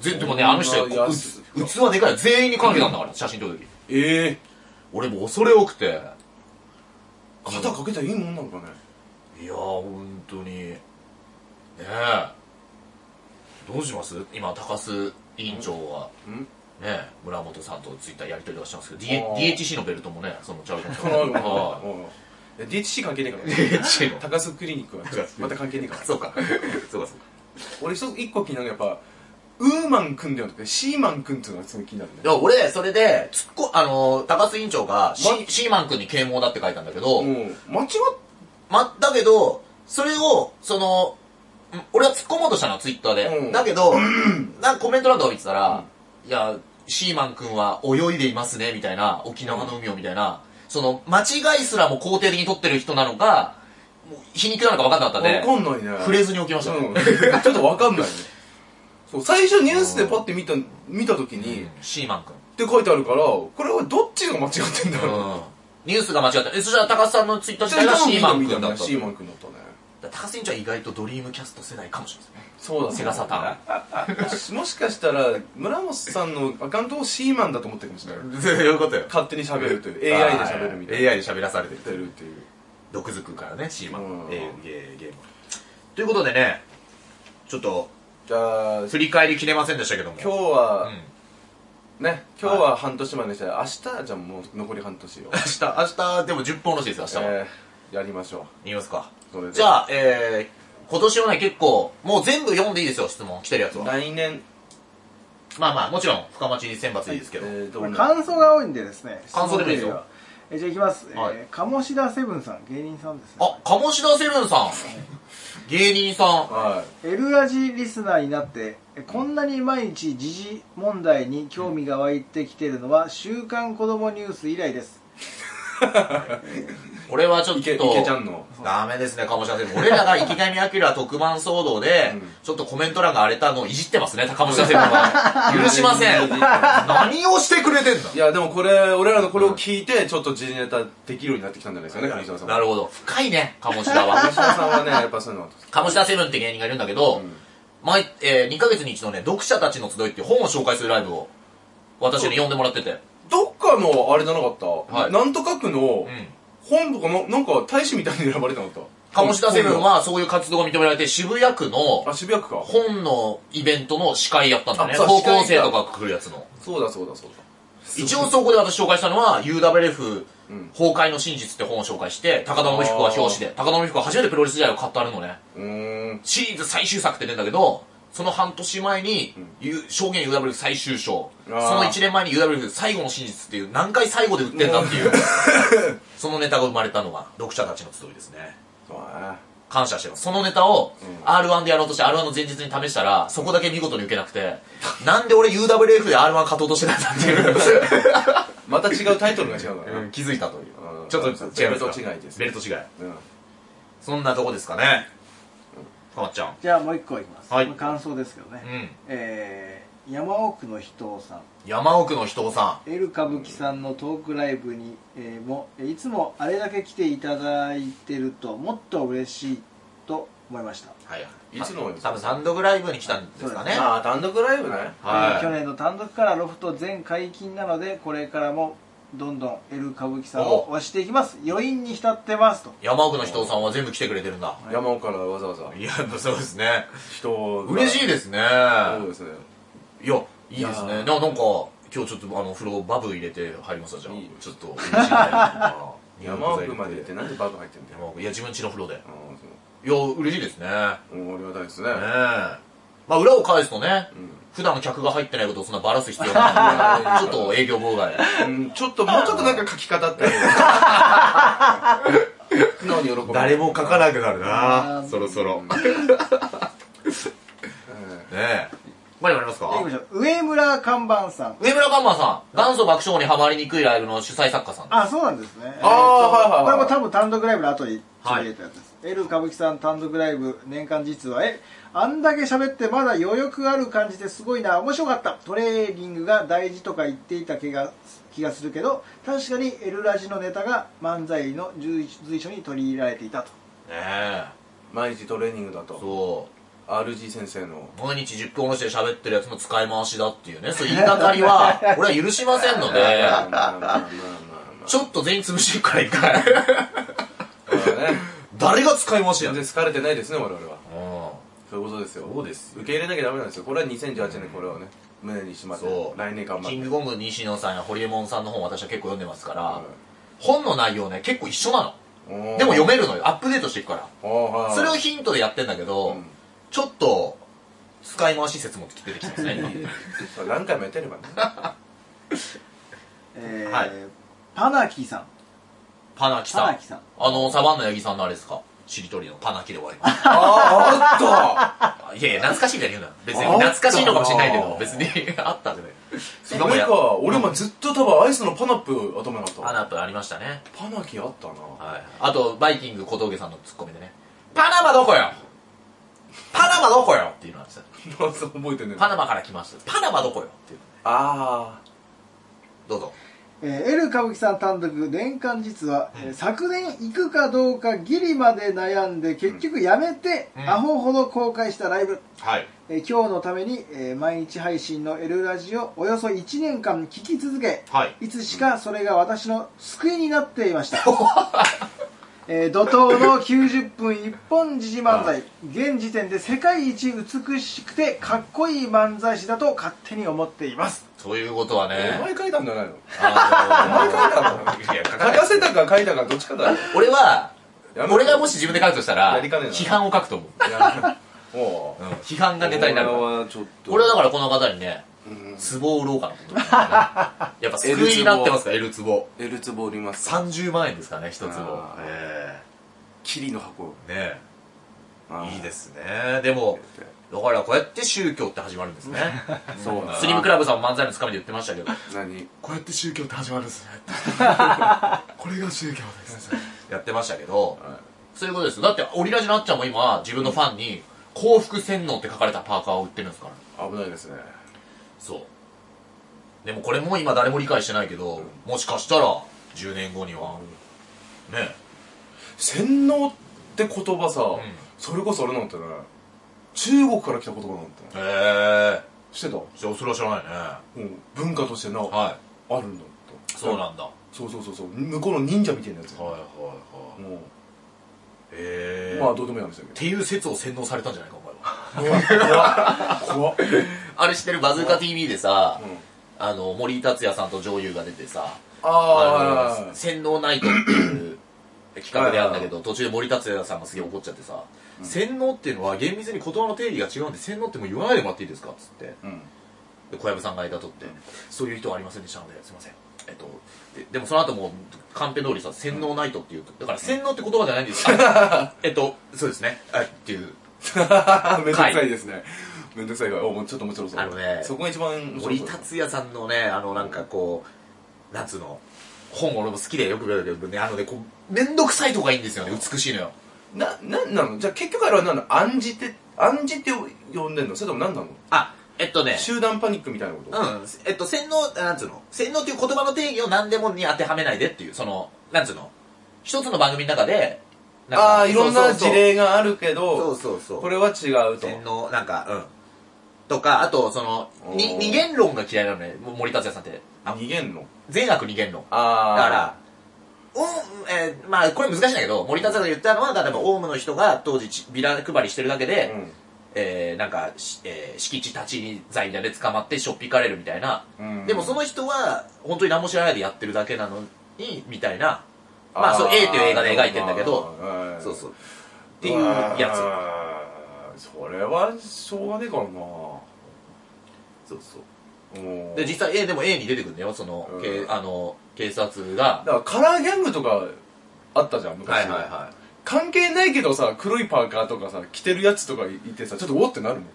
Speaker 1: ぜでもね、
Speaker 2: そんな
Speaker 1: あの人、う
Speaker 2: 安い
Speaker 1: 器でかいよ。全員にかけたんだから、写真撮るとき。
Speaker 2: ええ
Speaker 1: 俺もう恐れ多くて。
Speaker 2: 肩かけたらいいもんなのかね
Speaker 1: いやー、本当に。ねえ。どうします今、高須委員長が、
Speaker 2: うん
Speaker 1: ねえ、村本さんとツイッターやり取りとかしてますけど、
Speaker 2: あー
Speaker 1: D- DHC のベルトもね、そのチャールズ
Speaker 2: このうん
Speaker 1: はい
Speaker 2: いや DHC 関係ねえから
Speaker 1: DHC の。
Speaker 2: 高須クリニックはまた関係ねえから
Speaker 1: そうか。そうか、そうか。
Speaker 2: 俺一つ一個気になるのがやっぱウーマンくんではなくてシーマンくんっていうのがすごい気になるね
Speaker 1: いや、俺、それで、つっこ、あのー、高須委員長が、シ
Speaker 2: ま
Speaker 1: シーマン君に啓蒙だって書いたんだけど、
Speaker 2: うん間違っ
Speaker 1: ま、だけど、それを、その、ん俺は突っ込もうとしたの、ツイッターで。
Speaker 2: うん
Speaker 1: だけど、なんかコメント欄とか見てたら、いや、シーマン君は泳いでいますね、みたいな、沖縄の海をみたいな、その、間違いすらも肯定的に取ってる人なのか、もう皮肉なのか分かんなかったんで、
Speaker 2: わかんないね
Speaker 1: 触れずに置きましたね。
Speaker 2: うん、 ちょっとわかんないねそう最初ニュースでパッて見た見た時に、っ
Speaker 1: シーマン君。
Speaker 2: て書いてあるからこれはどっちが間違ってんだ
Speaker 1: う
Speaker 2: ろう、
Speaker 1: ん。ニュースが間違った。え、そしたら高須さんのツイッター自体がシーマン君だったと。
Speaker 2: シーマン君だったね
Speaker 1: だから高須委員長は意外とドリームキャスト世代かもしれない
Speaker 2: そうだね
Speaker 1: セガサターン。
Speaker 2: もしもしかしたら村本さんのアカウントをシーマンだと思ってるかもしれない
Speaker 1: そういうことよ。
Speaker 2: 勝手に喋るという AI で喋るみたいな
Speaker 1: AI で喋らされてる
Speaker 2: やってるっていう
Speaker 1: 毒づくからね、シーマン
Speaker 2: う。ん
Speaker 1: えーゲーゲーム。ということでね、ちょっと、
Speaker 2: じゃあ
Speaker 1: 振り返りきれませんでしたけども。
Speaker 2: 今日
Speaker 1: う
Speaker 2: は
Speaker 1: ん、
Speaker 2: ね今日は半年までした明日じゃあもう残り半年を、
Speaker 1: 明日、明日、でも10本のしです、明日は。
Speaker 2: えーやりましょ
Speaker 1: 言いますか。
Speaker 2: うそれで
Speaker 1: じゃあ、えー、今年はね、結構、もう全部読んでいいですよ、質問。来てるやつは。
Speaker 2: 来年
Speaker 1: まあまあ、もちろん、深町選抜いいですけど。
Speaker 2: えーど
Speaker 3: こ
Speaker 2: う
Speaker 3: れ
Speaker 2: な
Speaker 3: 感想が多いんでですね
Speaker 1: 感想でもいいですよ
Speaker 3: えじゃあいきます、
Speaker 1: はい
Speaker 3: えー鴨志田セブンさん芸人さんですね
Speaker 1: あ、鴨志田セブンさん。芸人さ
Speaker 2: はい
Speaker 3: エルラジリスナーになってえこんなに毎日時事問題に興味が湧いてきてるのは「週刊子どもニュース」以来です
Speaker 1: これはちょっ
Speaker 2: いけい
Speaker 1: と
Speaker 2: けちゃんの
Speaker 1: ダメですねかもしれません俺らが池上彰特番騒動で、
Speaker 2: うん
Speaker 1: ちょっとコメント欄が荒れたのをいじってますね高本先生 は許しません何をしてくれてんだ
Speaker 2: いやでもこれ俺らのこれを聞いてちょっと時事ネタできるようになってきたんじゃないですかね西野さ ん
Speaker 1: な
Speaker 2: る
Speaker 1: るほど深いね鴨志田
Speaker 2: 西野
Speaker 1: は
Speaker 2: さんはねやっぱそういうの
Speaker 1: 鴨志田セブンって芸人がいるんだけど、毎え2ヶ月に一度ね読者たちの集いっていう本を紹介するライブを私に呼んでもらってて
Speaker 2: どっかのあれじゃなかった、
Speaker 1: はい
Speaker 2: なんとか区の
Speaker 1: うん
Speaker 2: 本とかななんか大使みたいに選ばれてなかった
Speaker 1: 鴨志田セブンはそういう活動が認められて渋谷区の
Speaker 2: あ渋谷区か
Speaker 1: 本のイベントの司会やったんだね
Speaker 2: あそう
Speaker 1: 高校
Speaker 2: 司会
Speaker 1: 生
Speaker 2: か
Speaker 1: とかが来るやつの
Speaker 2: そうだそうだそうだ
Speaker 1: 一応そこで私紹介したのは UWF
Speaker 2: うん
Speaker 1: 崩壊の真実って本を紹介して高田信彦が表紙で高田信彦が初めてプロレス時代を語るのね
Speaker 2: うーん
Speaker 1: シリーズ最終作って出んだけどその半年前に、U- 証言 UWF 最終章そ
Speaker 2: あー
Speaker 1: の1年前に UWF 最後の真実っていう何回最後で売ってんだ っていうそのネタが生まれたのが読者たちの集いですね
Speaker 2: まあ
Speaker 1: 感謝してます。そのネタを R1 でやろうとして R1 の前日に試したら、そこだけ見事に受けなくて、なんで俺 UWF で R1 勝とうとしてたんだっていう
Speaker 2: また違うタイトルが違うから
Speaker 1: う
Speaker 2: ね
Speaker 1: ん、気づいたという
Speaker 2: う。ん
Speaker 1: ちょっと違いますか
Speaker 2: ベルト違いです
Speaker 1: ベルト違い。
Speaker 2: うん
Speaker 1: そんなとこですかね。かまっちゃん。
Speaker 3: じゃあもう一個いきます、
Speaker 1: はい
Speaker 3: まあ感想ですけどね、
Speaker 1: うん。
Speaker 3: えー山奥の人さん
Speaker 1: 山奥の人さ
Speaker 3: エル歌舞伎さんのトークライブに、えーもいつもあれだけ来ていただいてるともっと嬉しいと思いました、
Speaker 1: ん。はい。
Speaker 2: いつの
Speaker 1: 多分サンドグライブに来たんですかね。
Speaker 2: ああ単独ライブね
Speaker 3: えー去
Speaker 1: は
Speaker 3: 年の単独からロフト全解禁なのでこれからもどんどんエル歌舞伎さんを推していきます余韻に浸ってますと
Speaker 1: い。山奥の人さんは全部来てくれてるんだ。
Speaker 2: 山岡からわざわざ
Speaker 1: いや、そうですね。
Speaker 2: 人を
Speaker 1: 嬉しいですね。
Speaker 2: そうですね
Speaker 1: いや、いいです
Speaker 2: い
Speaker 1: ね。な
Speaker 2: やー
Speaker 1: なんか、今日ちょっとあの、風呂バブ入れて入りましたじゃん。
Speaker 2: いい
Speaker 1: ちょっと、 嬉しいねあー
Speaker 2: 山奥まで行って
Speaker 1: ね。
Speaker 2: なんでバブ入ってんだ
Speaker 1: 山
Speaker 2: よ
Speaker 1: 奥いや、自分家の風呂で。
Speaker 2: あーそう
Speaker 1: いや、嬉しいですね。ね
Speaker 2: うんありがたいですね
Speaker 1: え。まあ、裏を返すとね、
Speaker 2: ん
Speaker 1: 普段客が入ってないことをそんなバラす必要がないちょ っと営業妨害。
Speaker 2: うんちょっともうちょっとなんか書き方って素直に喜ぶ
Speaker 1: 書かなくなる
Speaker 3: なそ
Speaker 1: ろそろ。 ね
Speaker 2: うん
Speaker 1: え。他にもあります
Speaker 3: でいき
Speaker 1: か
Speaker 3: ましょう上村看板さん
Speaker 1: 上村看板さん、元祖爆笑王にハマりにくいライブの主催作家さん。
Speaker 3: あそうなんですね
Speaker 2: あー
Speaker 3: えーと
Speaker 2: はいはいはい
Speaker 3: これも多分単独ライブの後につぶやいたやつです、エル歌舞伎さん単独ライブ年間実はえあんだけ喋ってまだ余力がある感じですごいな面白かったトレーニングが大事とか言っていた気が気がするけど確かにエルラジのネタが漫才の随随所に取り入れられていたと
Speaker 1: ねえ。
Speaker 2: 毎日トレーニングだと
Speaker 1: そう。
Speaker 2: RG 先生の
Speaker 1: 毎日10分おろしで喋ってるやつの使い回しだっていうね、そういう言いがかりは、俺は許しませんので、
Speaker 2: まあまあまあまあまあ
Speaker 1: ちょっと全員潰していくから一回。
Speaker 2: だからね
Speaker 1: 誰が使い回しや ね
Speaker 2: 全
Speaker 1: ん。
Speaker 2: 然疲れてないですね我々は
Speaker 1: う
Speaker 2: そういうことですよ
Speaker 1: そうですよ
Speaker 2: 受け入れなきゃダメなんですよこれは2018年これをね胸にしまって
Speaker 1: そう
Speaker 2: 来年頑
Speaker 1: ん。
Speaker 2: 張っ
Speaker 1: キ
Speaker 2: て
Speaker 1: ングコング西野さんやホリエモンさんの本私は結構読んでますから、
Speaker 2: う
Speaker 1: 本の内容ね、結構一緒なの。
Speaker 2: んおー
Speaker 1: でも読めるのよ。アップデートしていくから。
Speaker 2: おーはい
Speaker 1: それをヒントでやってんだけど、
Speaker 2: うん
Speaker 1: ちょっと、使い回し説も出てきてますね。
Speaker 2: 何回もやっ てればね
Speaker 3: えー
Speaker 1: はい
Speaker 3: パナキさん
Speaker 1: パナキさん。
Speaker 3: パナキさん
Speaker 1: あの、サバンナ八木さんのあれですかしりとりのパナキで終わります。
Speaker 2: あああっ
Speaker 1: あいやいや、懐かしいみたいに言うな。別に、
Speaker 2: あった
Speaker 1: 懐かしいのかもしれないけど、別に、 あったじゃない。
Speaker 2: た
Speaker 1: 今も
Speaker 2: 俺
Speaker 1: や、
Speaker 2: か俺もずっと多分アイスのパナップ頭にあった
Speaker 1: パナップありましたね。
Speaker 2: パナキあったな
Speaker 1: はい。あと、バイキング小峠さんのツッコミでね、パナマどこよパナマどこよっていうのなんですよ。
Speaker 2: なんせ覚えてねえ
Speaker 1: パ
Speaker 2: な
Speaker 1: ナマから来ました。パナマどこよっていう。
Speaker 2: あ
Speaker 1: どうぞ。
Speaker 3: えー、L 歌舞伎さん単独年間実は、えー昨年行くかどうかギリまで悩んで結局やめて、
Speaker 1: うん
Speaker 3: アホほど公開したライブ、
Speaker 1: はい。
Speaker 3: えー今日のために、えー毎日配信の「L ラジオ」およそ1年間聞き続け
Speaker 1: はい。
Speaker 3: いつしかそれが私の救いになっていました、 えー怒涛の90分一本時事漫才現時点で世界一美しくてかっこいい漫才師だと勝手に思っています
Speaker 1: ということは
Speaker 2: あお
Speaker 1: ね、
Speaker 2: 前書いたんじゃないの
Speaker 1: あ
Speaker 2: お前書いたの
Speaker 1: の、いや、書か
Speaker 2: 書
Speaker 1: ない
Speaker 2: かせたか書いたかどっちかだよ
Speaker 1: 俺は、
Speaker 2: やめ
Speaker 1: 俺がもし自分で書くとしたら、
Speaker 2: やりかねない
Speaker 1: 批判を書くと思う。
Speaker 2: いやもう
Speaker 1: うん批判がネタになるから。
Speaker 2: 俺はちょっと
Speaker 1: 俺はだからこの方にね、
Speaker 2: うん
Speaker 1: ツボを売ろうかなと思っ てますねやっぱ救いになってますから L ツボ
Speaker 2: L ツボおります
Speaker 1: 30万円ですかね一つも
Speaker 2: あー
Speaker 1: え
Speaker 2: キリの箱
Speaker 1: えね
Speaker 2: あー
Speaker 1: えいいですねでもだからこうやって宗教って始まるんですね
Speaker 2: そう な
Speaker 1: スリムクラブさんも漫才のつかみで言ってましたけど
Speaker 2: 何
Speaker 1: こうやって宗教って始まるんですねこれが宗教ですやってましたけど、
Speaker 2: はい
Speaker 1: そういうことですよだってオリラジのあっちゃんも今自分のファンに「幸福洗脳」って書かれたパーカーを売ってるんですから
Speaker 2: 危ないですね
Speaker 1: そうでもこれも今誰も理解してないけど、もしかしたら10年後には、ね
Speaker 2: 洗脳って言葉さ、
Speaker 1: ん
Speaker 2: それこそあれなんてね中国から来た言葉なんてね
Speaker 1: えへえ
Speaker 2: してた、
Speaker 1: じゃあそれは知らないね
Speaker 2: うん、文化としてな、
Speaker 1: は
Speaker 2: あるんだ
Speaker 1: いそうなんだ、
Speaker 2: とそうそうそうそう向こうの忍者みたいなやつ、
Speaker 1: はいはいはい
Speaker 2: もう
Speaker 1: へえ
Speaker 2: まあどうでもいい話だ
Speaker 1: っていう説を洗脳されたんじゃないかお前は
Speaker 2: けど怖っ怖っ、
Speaker 1: あれ知ってるバズーカ TV でさ、
Speaker 2: うん、
Speaker 1: あの森達也さんと女優が出てさ
Speaker 2: あ
Speaker 1: あ
Speaker 2: あ
Speaker 1: の洗脳ナイトっていう企画であるんだけど途中で森達也さんがすげえ怒っちゃってさ、洗脳っていうのは厳密に言葉の定義が違うんで洗脳ってもう言わないでもらっていいですかっつって
Speaker 2: うん
Speaker 1: で小籔さんが間取って、そういう人はありませんでしたのですいませんえっとででもその後もカンペ通りさ洗脳ナイトっていうだから洗脳って言葉じゃないんです よあえっとそうですねはいっていう
Speaker 2: めんどくさいですねめんどくさいからおもうちょっと面白そう
Speaker 1: あのね
Speaker 2: そこが一番面白
Speaker 1: 森
Speaker 2: そう
Speaker 1: 達也さんのねあのなんかこうなんつうの本俺も好きでよく読んだけどねあのねこう面倒くさいとこがいいんですよね美しいのよ
Speaker 2: な、なんなのじゃあ結局あれは何なの暗示って、暗示って呼んでんのそれとも何なの
Speaker 1: あえっとね
Speaker 2: 集団パニックみたいなこ
Speaker 1: う
Speaker 2: と
Speaker 1: んえっと洗脳なんつうの洗脳っていう言葉の定義を何でもに当てはめないでっていうそのなんつうの一つの番組の中でなんか
Speaker 2: ああ、いろんな
Speaker 1: そうそうそう
Speaker 2: 事例があるけ
Speaker 1: そ
Speaker 2: ど、
Speaker 1: うそうそう
Speaker 2: これは違うと。
Speaker 1: 洗脳なんかうんとかあとそのに
Speaker 2: おー
Speaker 1: 二元論が嫌いなのねも森達也さんってあ
Speaker 2: 逃げんの
Speaker 1: 善悪二元論
Speaker 2: ああ。
Speaker 1: だから、オウム、えーまあこれ難しいんだけど、森田さんが言ったのは、例えばオウムの人が当時ちビラ配りしてるだけで、えーなんか、しえー敷地立ち罪みたいなので捕まってしょっぴかれるみたいな、
Speaker 2: うん。うん
Speaker 1: でもその人は本当に何も知らないでやってるだけなのに、みたいな、まあ
Speaker 2: ー
Speaker 1: そう A っていう映画で描いてんだけど、
Speaker 2: あーはい
Speaker 1: そうそう。っていうや
Speaker 2: あーそれは、しょうがねえからな
Speaker 1: つ。そうそう。
Speaker 2: もう
Speaker 1: で、実際、A、でも A に出てくるんだよ、その、
Speaker 2: うん
Speaker 1: けあの、警察が。
Speaker 2: だからカラーギャングとかあったじゃん、昔。
Speaker 1: い。
Speaker 2: 関係ないけどさ、黒いパーカーとかさ、着てるやつとかいてさ、ちょっとおってなるも
Speaker 1: う
Speaker 2: ん。
Speaker 1: ん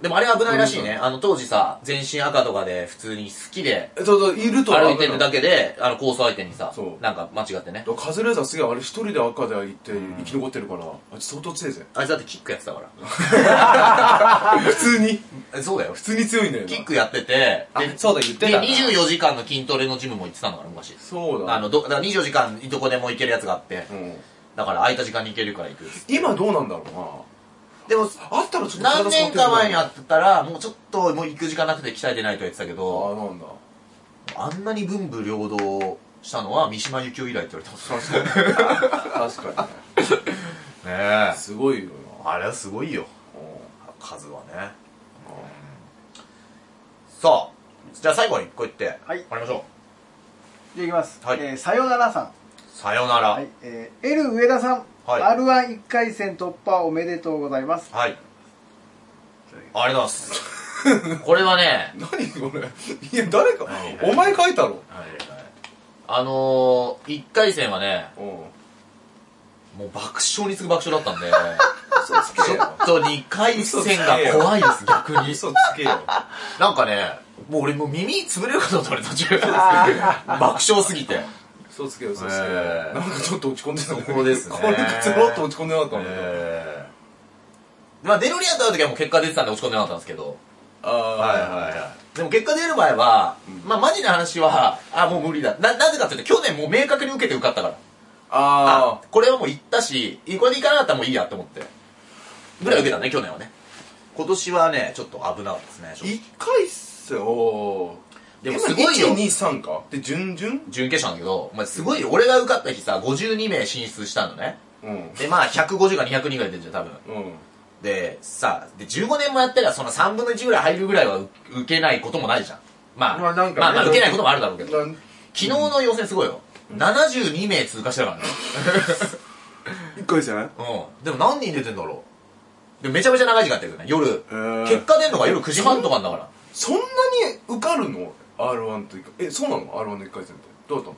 Speaker 1: でもあれ危ないらしいね。あの当時さ、全身赤とかで普通に好きで
Speaker 2: えそうそう、いると
Speaker 1: 歩いてるだけで、あの、コース相手にさ
Speaker 2: そ、う
Speaker 1: なんか間違ってね。
Speaker 2: カズレーザーすげえあれ一人で赤で行って生き残ってるから、あいつ相当強いぜ。
Speaker 1: あいつだってキックやってたか
Speaker 2: 普通に、
Speaker 1: ら。そうだよ
Speaker 2: 普。通に強いんだよな。
Speaker 1: キックやってて、
Speaker 2: あ
Speaker 1: で、
Speaker 2: そうだ、言って
Speaker 1: で
Speaker 2: たな。
Speaker 1: 24時間の筋トレのジムも行ってたのかな、昔。
Speaker 2: そうだ。
Speaker 1: あの、ど、だから24時間どこでも行けるやつがあって
Speaker 2: う、ん、
Speaker 1: だから空いた時間に行けるから行く。
Speaker 2: 今どうなんだろ
Speaker 1: でも、
Speaker 2: うな。あったらちょっと
Speaker 1: 何年か前に
Speaker 2: あ
Speaker 1: 会ってたら、もうちょっと、もう行く時間なくて鍛えてないとやってたけ
Speaker 2: あ
Speaker 1: ど、
Speaker 2: ー、なんだ。
Speaker 1: あんなに文武両道したのは三島由紀夫以来って言われてます。
Speaker 2: 確かに。確かにね。
Speaker 1: ねえ
Speaker 2: すごいよ
Speaker 1: あれはすごいよ。
Speaker 2: な。うん
Speaker 1: 数はねさあじゃあ最後にこう言って
Speaker 3: はい
Speaker 1: 終わりましょ
Speaker 3: じゃあいきます。
Speaker 1: はい
Speaker 3: えーさよならさん。
Speaker 1: うさよならは
Speaker 3: はいい、えー、L 上田さん、
Speaker 1: はい
Speaker 3: R11 回戦突破おめでとうございます。
Speaker 1: ありがとうございます これはね
Speaker 2: 何これ。いや、誰か
Speaker 1: はい、
Speaker 2: お前書いたろ。
Speaker 1: あのー、1回戦はね
Speaker 2: うん。
Speaker 1: もう爆笑に次ぐ爆笑だっ たんで
Speaker 2: 嘘つけ
Speaker 1: ちょ
Speaker 2: よ。
Speaker 1: っと2回戦が怖いです逆に
Speaker 2: 嘘つ けよ。
Speaker 1: なんかねもう俺もう耳潰れるかと思った俺途中爆笑すぎて
Speaker 2: 嘘つけよ、嘘つけよ。
Speaker 1: えー
Speaker 2: なんかちょっと落ち込んでたね
Speaker 1: そこですね
Speaker 2: これ、つろっと落ち込んでなかったんだけど。
Speaker 1: ええまあ、デロリアンと会う時はもう結果出てたんで落ち込んでなかったんですけど。
Speaker 2: あい
Speaker 1: いはい。でも結果出る前は、まあマジな話は、あ、もう無理だ。な、なぜかっていうと、去年もう明確に受けて受かったから。
Speaker 2: あ
Speaker 1: あ、これはもう行ったし、これで行かなかったらもういいやと思って。ぐらい受けたね、去年はね。今年はね、ちょっと危なかったですね
Speaker 2: あ
Speaker 1: 正直
Speaker 2: 一回戦おー
Speaker 1: でもすごいよ
Speaker 2: 今123かで準々
Speaker 1: 準決勝なんだけど、まあ、すごいよ。俺が受かった日さ、52名進出したのね。
Speaker 2: うん
Speaker 1: で、まあ、150か200人ぐらい出てるじゃん、多分。
Speaker 2: うん
Speaker 1: で、さ、で、15年もやったら、その3分の1ぐらい入るぐらいはう受けないこともないじゃん。まあ、
Speaker 2: まあなんかね
Speaker 1: まあ、まあ受けないこともあるだろうけど。
Speaker 2: なん
Speaker 1: 昨日の予選すごいよ。72名通過してた からね。
Speaker 2: 一回戦
Speaker 1: うん。でも何人出てんだろう。でもめちゃめちゃ長い時間やってるけどね、夜。
Speaker 2: ー
Speaker 1: 結果出んのが夜9時半とかなんだから。
Speaker 2: そんなに受かるの R1 と一回えそうなの R1 の一回戦ってどうだっ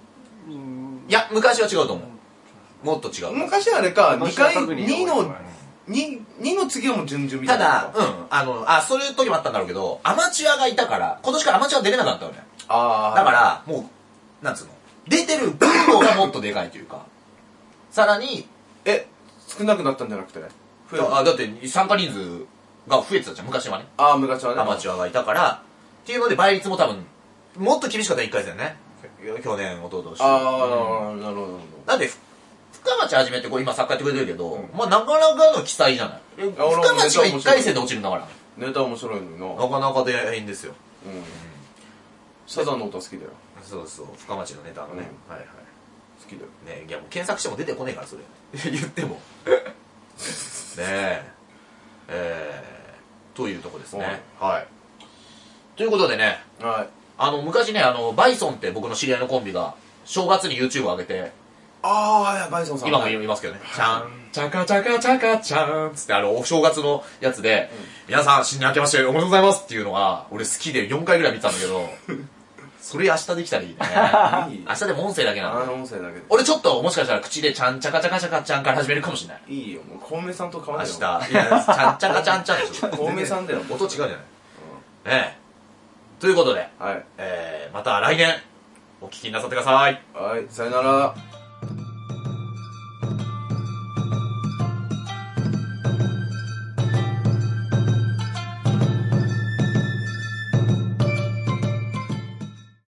Speaker 3: うん
Speaker 1: いや、昔は違うと思う。もっと違
Speaker 2: たの
Speaker 1: う。
Speaker 2: 昔あれか
Speaker 3: 今
Speaker 2: 二
Speaker 3: 年は
Speaker 2: 回
Speaker 3: 特に
Speaker 2: 二
Speaker 3: 多い
Speaker 2: の
Speaker 3: からね
Speaker 2: ににの次はもう準々みた
Speaker 1: た
Speaker 2: いな
Speaker 1: だ、うん、あの、あ、そういう時もあったんだろうけど、アマチュアがいたから、今年からアマチュア出れなかったのね。
Speaker 2: ああ
Speaker 1: だから、もう、なんつうの、出てる分母がもっとでかいというか、さらに、
Speaker 2: え少なくなったんじゃなくて増えた
Speaker 1: あだって参加人数が増えてたじゃん、昔はね。
Speaker 2: ああ昔はね
Speaker 1: アマチ
Speaker 2: ュ
Speaker 1: ュアがいたから、っていうので倍率も多分、もっと厳しかった1回戦ね。き去年、おととし。
Speaker 2: ああ、なるほどなる
Speaker 1: だって、ふ深町始めてこう今サッカーやってくれてるけど、
Speaker 2: うん
Speaker 1: まあなかなかの記載じゃない。深
Speaker 2: あ俺も
Speaker 1: 町は1回戦で落ちるんだから。
Speaker 2: ほどネタ面白いのになうん
Speaker 1: なかなかでいいんですよ。
Speaker 2: サザンの歌好きだよ
Speaker 1: そうそう、深町のネタのね。はいはい。
Speaker 2: 好きだよ
Speaker 1: ねいやもう検索しても出てこねえからそれ 言ってもねええー、というとこですねはいということでね
Speaker 2: はい
Speaker 1: あの昔ねあのバイソンって僕の知り合いのコンビが正月に YouTube を上げて
Speaker 2: ああバイソンさん
Speaker 1: 今も
Speaker 2: はい
Speaker 1: 言いますけどね「チャンチャカチャカチャカチャン」つってあのお正月のやつで「皆さん新年明けましておめでとうございます」っていうのが俺好きで4回ぐらい見てたんだけどそれ明日できたらいいね
Speaker 2: いい
Speaker 1: 明日でも音声だけなん
Speaker 2: あ
Speaker 1: だ
Speaker 2: の音声だけで
Speaker 1: 俺ちょっともしかしたら口で「ちゃんちゃかちゃかちゃかちゃん」から始めるかもしれない
Speaker 2: いいよもう小梅さんと変わ
Speaker 1: 明
Speaker 2: ら
Speaker 1: 日
Speaker 2: ない
Speaker 1: い
Speaker 2: よ
Speaker 1: や「ちゃんちゃかちゃんちゃん」でしょ
Speaker 2: 小梅さんだよ
Speaker 1: 音違うじゃない、 ねえということで、
Speaker 2: はい
Speaker 1: えー、また来年お聞きになさってください
Speaker 2: はいさよなら